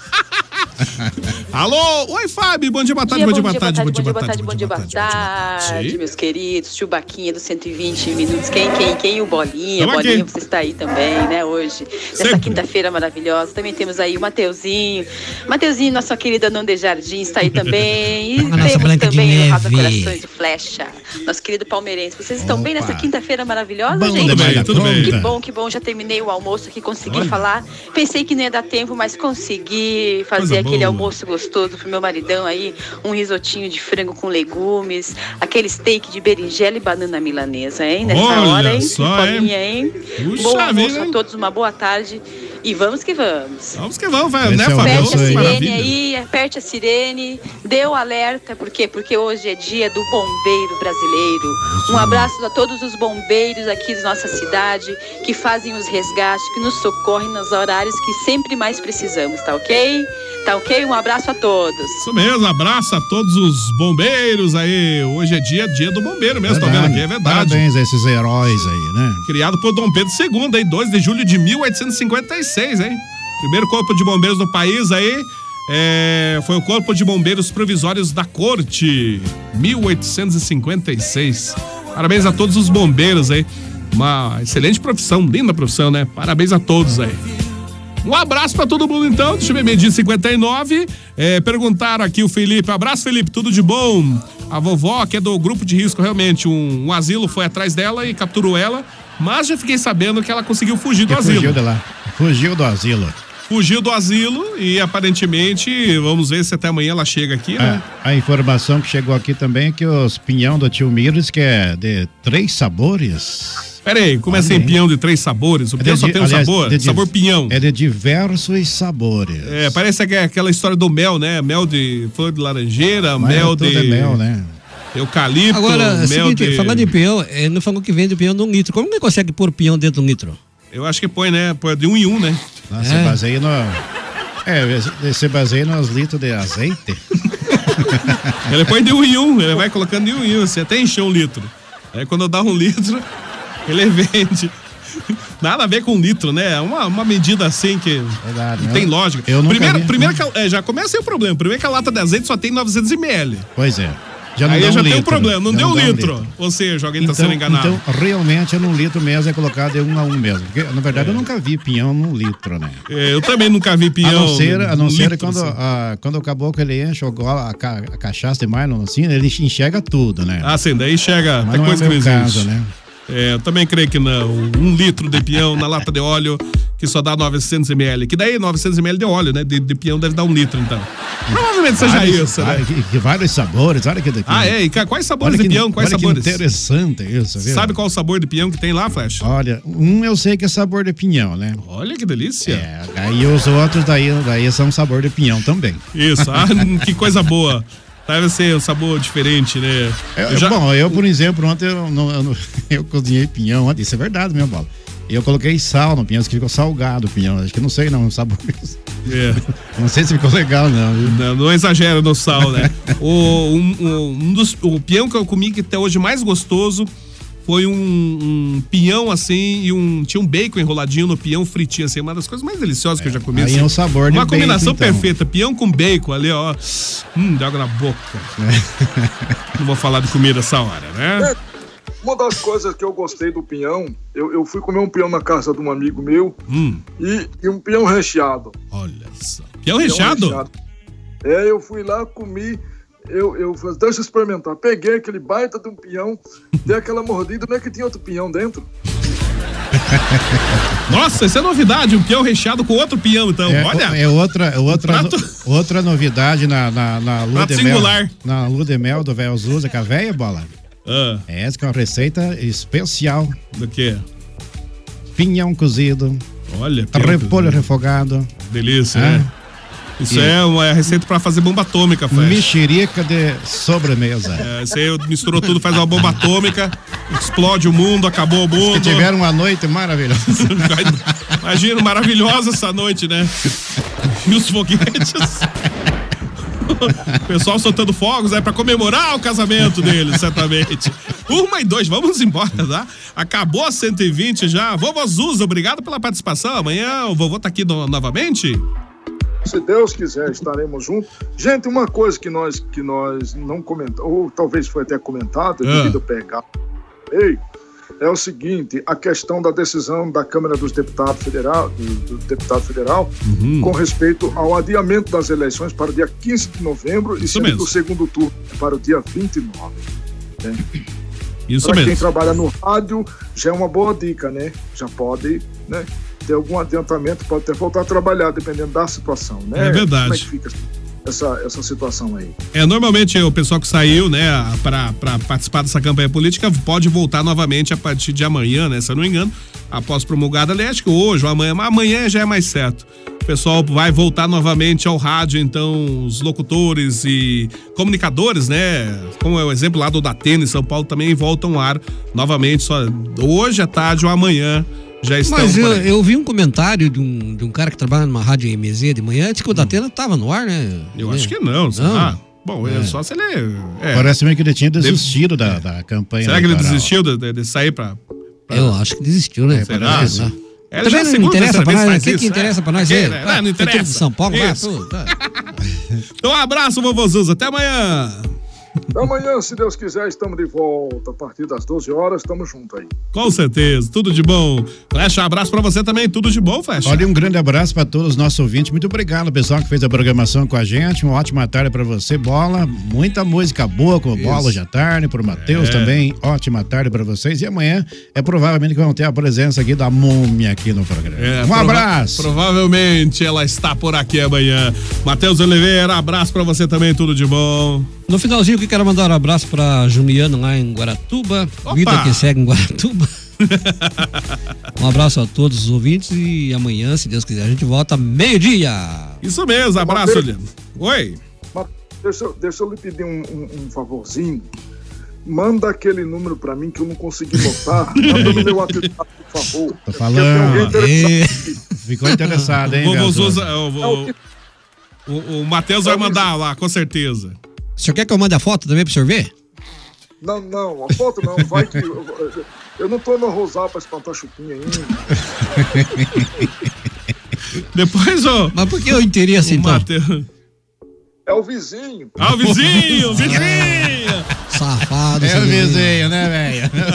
[SPEAKER 2] Alô, oi, Fábio. Bom dia, boa tarde, bom dia, boa tarde, bom dia, boa tarde.
[SPEAKER 19] bom dia, boa tarde, meus queridos. Chubaquinha dos 120 minutos. Quem, quem, quem? O Bolinha.
[SPEAKER 20] Tamo
[SPEAKER 19] Bolinha,
[SPEAKER 20] aqui.
[SPEAKER 19] você está aí também, né, hoje. Nessa quinta-feira maravilhosa. Também temos aí o Mateuzinho. Mateuzinho, nossa querida Nanda Jardim, está aí também. E
[SPEAKER 7] A nossa
[SPEAKER 19] temos
[SPEAKER 7] Branca de
[SPEAKER 19] também o
[SPEAKER 7] Neve.
[SPEAKER 19] Rafa Corações de Flecha. Nosso querido palmeirense. Vocês estão bem
[SPEAKER 7] Opa.
[SPEAKER 19] nessa quinta-feira maravilhosa,
[SPEAKER 7] Bom
[SPEAKER 19] gente?
[SPEAKER 7] demais da
[SPEAKER 19] que
[SPEAKER 7] conta.
[SPEAKER 19] bom, que bom. Já terminei o almoço aqui, consegui
[SPEAKER 7] Olha.
[SPEAKER 19] falar. Pensei que não ia dar tempo, mas consegui fazer
[SPEAKER 7] Coisa
[SPEAKER 19] aquele
[SPEAKER 7] boa.
[SPEAKER 19] almoço almoço gostoso pro meu maridão aí, um risotinho de frango com legumes, aquele steak de berinjela e banana milanesa, hein? Nessa
[SPEAKER 2] Olha
[SPEAKER 19] hora, hein?
[SPEAKER 2] só, hein?
[SPEAKER 19] Colinha, hein?
[SPEAKER 2] Puxa
[SPEAKER 19] Bom almoço
[SPEAKER 2] vida,
[SPEAKER 19] a
[SPEAKER 2] hein?
[SPEAKER 19] todos, uma boa tarde e vamos que vamos.
[SPEAKER 2] Vamos que vamos, vai, né,
[SPEAKER 19] Aperte
[SPEAKER 2] Fábio?
[SPEAKER 19] a
[SPEAKER 2] Ô,
[SPEAKER 19] sirene
[SPEAKER 2] maravilha.
[SPEAKER 19] aí, aperte a sirene, dê o alerta, por quê? Porque hoje é dia do bombeiro brasileiro. Um abraço a todos os bombeiros aqui de nossa cidade, que fazem os resgates, que nos socorrem nos horários que sempre mais precisamos, tá ok? Tá ok? Um abraço a todos.
[SPEAKER 2] Isso mesmo, abraço a todos os bombeiros aí. Hoje é dia, dia do bombeiro mesmo, tá vendo aqui? É verdade.
[SPEAKER 6] Parabéns a esses heróis aí, né?
[SPEAKER 2] Criado por Dom Pedro II, aí, 2 de julho de 1856, hein? Primeiro corpo de bombeiros do país aí. é, foi o Corpo de Bombeiros Provisórios da Corte, 1856. Parabéns a todos os bombeiros aí. Uma excelente profissão, linda profissão, né? Parabéns a todos aí. Um abraço pra todo mundo então, deixa eu ver, medir 59. É, perguntaram aqui o Felipe, abraço Felipe, tudo de bom? A vovó, que é do grupo de risco, realmente, um, um asilo foi atrás dela e capturou ela, mas já fiquei sabendo que ela conseguiu fugir do
[SPEAKER 6] Porque
[SPEAKER 2] asilo.
[SPEAKER 6] Fugiu de lá. Fugiu do asilo.
[SPEAKER 2] Fugiu do asilo e aparentemente, vamos ver se até amanhã ela chega aqui, né?
[SPEAKER 6] É, A informação que chegou aqui também é que os pinhão do tio Mires, que é de três sabores.
[SPEAKER 2] Peraí, como é sem pinhão de três sabores? O
[SPEAKER 6] É
[SPEAKER 2] pinhão só tem um sabor? sabor
[SPEAKER 6] pinhão. É de diversos sabores.
[SPEAKER 2] É, parece que é aquela história do mel, né? Mel de flor de laranjeira,
[SPEAKER 6] Mas
[SPEAKER 2] mel
[SPEAKER 6] tudo
[SPEAKER 2] de.
[SPEAKER 6] é mel, né?
[SPEAKER 2] Eucalipto,
[SPEAKER 7] Agora, é
[SPEAKER 2] mel
[SPEAKER 7] o seguinte,
[SPEAKER 2] de.
[SPEAKER 7] falando de peão, ele não falou que vende peão num litro. Como que consegue pôr peão dentro de um litro?
[SPEAKER 2] Eu acho que põe, né? Põe de um em um, né?
[SPEAKER 6] Ah, Se baseia no. É, se baseia nos litros de azeite.
[SPEAKER 2] Ele põe de um em um, ele vai colocando de um em um, você até encher um litro. Aí quando dá um litro, ele vende. Nada a ver com um litro, né? É Uma, uma medida assim que não
[SPEAKER 6] né?
[SPEAKER 2] tem lógica.
[SPEAKER 6] Eu nunca
[SPEAKER 2] primeiro,
[SPEAKER 6] vi.
[SPEAKER 2] primeiro que a- é, já começa aí o problema. Primeiro que a lata de azeite só tem 900 ml.
[SPEAKER 6] Pois é. Já não
[SPEAKER 2] Aí
[SPEAKER 6] dá um
[SPEAKER 2] já tem um
[SPEAKER 6] litro.
[SPEAKER 2] problema, não
[SPEAKER 6] Já
[SPEAKER 2] deu
[SPEAKER 6] dá um
[SPEAKER 2] litro. Ou seja, alguém tá sendo enganado.
[SPEAKER 6] então, realmente, é num litro mesmo, é colocado em um a um mesmo. Porque, na verdade, eu nunca vi pinhão num litro, né?
[SPEAKER 2] É, eu também nunca vi pinhão.
[SPEAKER 6] A não ser, a não
[SPEAKER 2] um
[SPEAKER 6] ser
[SPEAKER 2] litro,
[SPEAKER 6] quando,
[SPEAKER 2] assim.
[SPEAKER 6] a, quando o caboclo ele enche o golo- a, ca- a cachaça demais, não, assim, ele enxerga tudo, né?
[SPEAKER 2] Ah, sim, daí chega.
[SPEAKER 6] Mas
[SPEAKER 2] tem
[SPEAKER 6] não é
[SPEAKER 2] coisa
[SPEAKER 6] meu
[SPEAKER 2] que não
[SPEAKER 6] caso,
[SPEAKER 2] existe.
[SPEAKER 6] né?
[SPEAKER 2] É, eu também creio que não. Um litro de peão na lata de óleo, que só dá 900 ml. Que daí 900 ml de óleo, né? De, de peão deve dar um litro, então. Provavelmente seja
[SPEAKER 6] Hum. Vários-
[SPEAKER 2] isso, né?
[SPEAKER 6] vários- que- que vários sabores, olha que daqui.
[SPEAKER 2] Ah, é? E ca- quais sabores
[SPEAKER 6] Olha
[SPEAKER 2] de
[SPEAKER 6] que-
[SPEAKER 2] peão? Quais
[SPEAKER 6] olha que
[SPEAKER 2] sabores?
[SPEAKER 6] interessante isso, viu?
[SPEAKER 2] Sabe qual o sabor de peão que tem lá, Flash?
[SPEAKER 6] Olha, um eu sei que é sabor de pinhão, né?
[SPEAKER 2] Olha que delícia. É,
[SPEAKER 6] Aí os outros daí, daí são sabor de pinhão também.
[SPEAKER 2] Isso, ah, que coisa boa. Deve ser um sabor diferente, né?
[SPEAKER 6] Eu- É, Bom, eu, por exemplo, ontem eu, não- eu não- eu cozinhei pinhão ontem, isso é verdade mesmo, Bola. Eu coloquei sal no pinhão, acho que ficou salgado o pinhão. Acho que não sei não, o sabor.
[SPEAKER 2] É.
[SPEAKER 6] Não sei se ficou legal, não.
[SPEAKER 2] Não, não exagera no sal, né? o, um, um- um dos, o pinhão que eu comi que até hoje é mais gostoso foi um, um pinhão assim e um. Tinha um bacon enroladinho no pinhão fritinho, assim, uma das coisas mais deliciosas que eu já comi.
[SPEAKER 6] aí
[SPEAKER 2] assim.
[SPEAKER 6] é o sabor de
[SPEAKER 2] Uma
[SPEAKER 6] bacon,
[SPEAKER 2] combinação
[SPEAKER 6] então.
[SPEAKER 2] perfeita, pinhão com bacon ali, ó. Hum, deu água na boca.
[SPEAKER 6] É.
[SPEAKER 2] não vou falar de comida essa hora, né?
[SPEAKER 10] Uma das coisas que eu gostei do pinhão, eu, eu fui comer um pinhão na casa de um amigo meu
[SPEAKER 2] Hum,
[SPEAKER 10] e, e um pinhão recheado.
[SPEAKER 2] olha só. Pinhão recheado?
[SPEAKER 10] É, eu fui lá, comi, eu, eu falei, deixa eu experimentar. Peguei aquele baita de um pinhão, dei aquela mordida, não é que tinha outro pinhão dentro?
[SPEAKER 2] Nossa, isso é novidade, um pinhão recheado com outro pinhão, então.
[SPEAKER 6] É,
[SPEAKER 2] Olha.
[SPEAKER 6] é outra, é outra,
[SPEAKER 2] Prato-
[SPEAKER 6] no- outra novidade na, na, na lua
[SPEAKER 2] Prato
[SPEAKER 6] de mel.
[SPEAKER 2] singular.
[SPEAKER 6] Na lua de mel do Véu Zusa, com a véia bola. Essa que é uma receita especial.
[SPEAKER 2] Ah, Do quê?
[SPEAKER 6] Pinhão cozido,
[SPEAKER 2] Olha,
[SPEAKER 6] repolho refogado,
[SPEAKER 2] Delícia,
[SPEAKER 6] É.
[SPEAKER 2] né? Isso
[SPEAKER 6] E-
[SPEAKER 2] é uma é receita pra fazer bomba atômica, Flash.
[SPEAKER 6] mexerica de sobremesa.
[SPEAKER 2] É, isso aí misturou tudo, faz uma bomba atômica, explode o mundo, acabou o mundo.
[SPEAKER 6] Que tiveram uma noite maravilhosa.
[SPEAKER 2] Imagina, maravilhosa essa noite, né? E os foguetes. O pessoal soltando fogos, né? Pra comemorar o casamento dele, certamente. Uma e dois, vamos embora, tá? Acabou a 120 já. Vovô Zuza, obrigado pela participação. Amanhã o vovô tá aqui no- novamente.
[SPEAKER 10] Se Deus quiser, estaremos juntos. Gente, uma coisa que nós, que nós não comentamos, ou talvez foi até comentado,
[SPEAKER 2] Ah.
[SPEAKER 10] devido ao PH, ei, é o seguinte, a questão da decisão da Câmara dos Deputados Federal, do, do deputado federal,
[SPEAKER 2] Uhum.
[SPEAKER 10] com respeito ao adiamento das eleições para o dia 15 de novembro e sendo
[SPEAKER 2] mesmo.
[SPEAKER 10] do segundo turno para o dia 29. Né?
[SPEAKER 2] Isso
[SPEAKER 10] Pra
[SPEAKER 2] mesmo.
[SPEAKER 10] quem trabalha no rádio, já é uma boa dica, né? Já pode, né? Ter algum adiantamento, pode até voltar a trabalhar, dependendo da situação, né?
[SPEAKER 2] É verdade.
[SPEAKER 10] Como é que fica essa, essa situação aí?
[SPEAKER 2] É, normalmente o pessoal que saiu, né, pra, pra participar dessa campanha política pode voltar novamente a partir de amanhã, né, se eu não me engano, após promulgada a lei, acho que hoje ou amanhã, mas amanhã já é mais certo. O pessoal vai voltar novamente ao rádio, então os locutores e comunicadores, né, como é o exemplo lá do Datena em São Paulo, também voltam ao ar novamente, só hoje à tarde ou amanhã já estão
[SPEAKER 7] Mas eu,
[SPEAKER 2] por aí.
[SPEAKER 7] eu vi um comentário de um, de um cara que trabalha numa rádio MZ de manhã, disse que o Datena tava no ar, né?
[SPEAKER 2] Hum. Eu acho que não, sei lá. Bom, é só se ele... é.
[SPEAKER 6] Parece meio que ele tinha desistido da, da campanha.
[SPEAKER 2] Será que ele
[SPEAKER 6] eleitoral.
[SPEAKER 2] desistiu de, de- de sair pra... pra-
[SPEAKER 7] É. Eu acho que desistiu, né?
[SPEAKER 2] Será?
[SPEAKER 7] Parece, né?
[SPEAKER 2] Ela já é
[SPEAKER 7] Também
[SPEAKER 2] a
[SPEAKER 7] não
[SPEAKER 2] segunda
[SPEAKER 7] interessa
[SPEAKER 2] dessa
[SPEAKER 7] pra
[SPEAKER 2] vez
[SPEAKER 7] nós.
[SPEAKER 2] faz
[SPEAKER 7] O que, que
[SPEAKER 2] isso, né?
[SPEAKER 7] interessa pra nós?
[SPEAKER 2] Aqui,
[SPEAKER 7] é?
[SPEAKER 2] né? Não, não
[SPEAKER 7] Foi tudo
[SPEAKER 2] interessa.
[SPEAKER 7] de São Paulo, lá,
[SPEAKER 2] Isso.
[SPEAKER 7] tudo, tá.
[SPEAKER 2] Então, um abraço, vovô Zuza. Até amanhã.
[SPEAKER 10] Então, amanhã, se Deus quiser, estamos de volta. A partir das 12 horas, estamos juntos aí.
[SPEAKER 2] Com certeza. Tudo de bom. Flecha, abraço pra você também. Tudo de bom, Flecha.
[SPEAKER 6] Olha, um grande abraço para todos os nossos ouvintes. Muito obrigado, pessoal, que fez a programação com a gente. Uma ótima tarde para você, Bola. Muita música boa com o Bola hoje à tarde, para o Matheus
[SPEAKER 8] É.
[SPEAKER 6] também. Ótima tarde para vocês. E amanhã é provavelmente que vão ter a presença aqui da Múmia aqui no programa.
[SPEAKER 2] É,
[SPEAKER 6] um
[SPEAKER 2] prova-
[SPEAKER 6] abraço.
[SPEAKER 2] Provavelmente ela está por aqui amanhã. Matheus Oliveira, abraço pra você também. Tudo de bom.
[SPEAKER 7] No finalzinho, que quero mandar um abraço pra Juliana lá em Guaratuba. Vida que segue em Guaratuba. um abraço a todos os ouvintes e amanhã, se Deus quiser, a gente volta meio-dia.
[SPEAKER 2] Isso mesmo, abraço, Juliano. Oi.
[SPEAKER 10] Mas deixa, eu- deixa eu lhe pedir um, um- um favorzinho. Manda aquele número pra mim que eu não consegui botar. Manda no meu WhatsApp, por favor.
[SPEAKER 6] Tô falando.
[SPEAKER 10] Ei.
[SPEAKER 6] Ficou interessado, hein,
[SPEAKER 2] Vovô
[SPEAKER 6] Gazoso?
[SPEAKER 2] Zuza, o,
[SPEAKER 10] É
[SPEAKER 2] o, o- o Matheus vai mandar lá, com certeza.
[SPEAKER 7] O senhor quer que eu mande a foto também pro senhor ver?
[SPEAKER 10] Não, não, a foto não. Vai que. Eu, eu- eu não tô no rosal pra espantar chupinha ainda.
[SPEAKER 2] Depois, ô.
[SPEAKER 7] Mas por que eu interesse, então?
[SPEAKER 2] Matheus.
[SPEAKER 10] É o vizinho.
[SPEAKER 2] Ah, o vizinho, vizinho.
[SPEAKER 7] Safado.
[SPEAKER 6] É
[SPEAKER 7] seu
[SPEAKER 6] o
[SPEAKER 7] Denis.
[SPEAKER 6] vizinho, né, velho?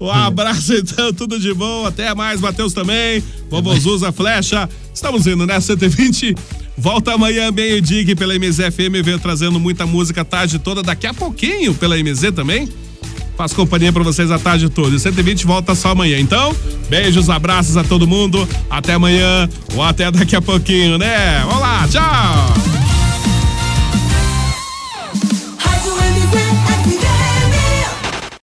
[SPEAKER 2] Um abraço, então, tudo de bom. Até mais, Matheus também. Vamos usar flecha. Estamos indo, né? 120. Volta amanhã, meio-dia, que pela MZFM veio trazendo muita música a tarde toda. Daqui a pouquinho, pela MZ também. Faz companhia pra vocês a tarde toda. E 120 volta só amanhã. Então, beijos, abraços a todo mundo. Até amanhã ou até daqui a pouquinho, né? Vamos lá, tchau!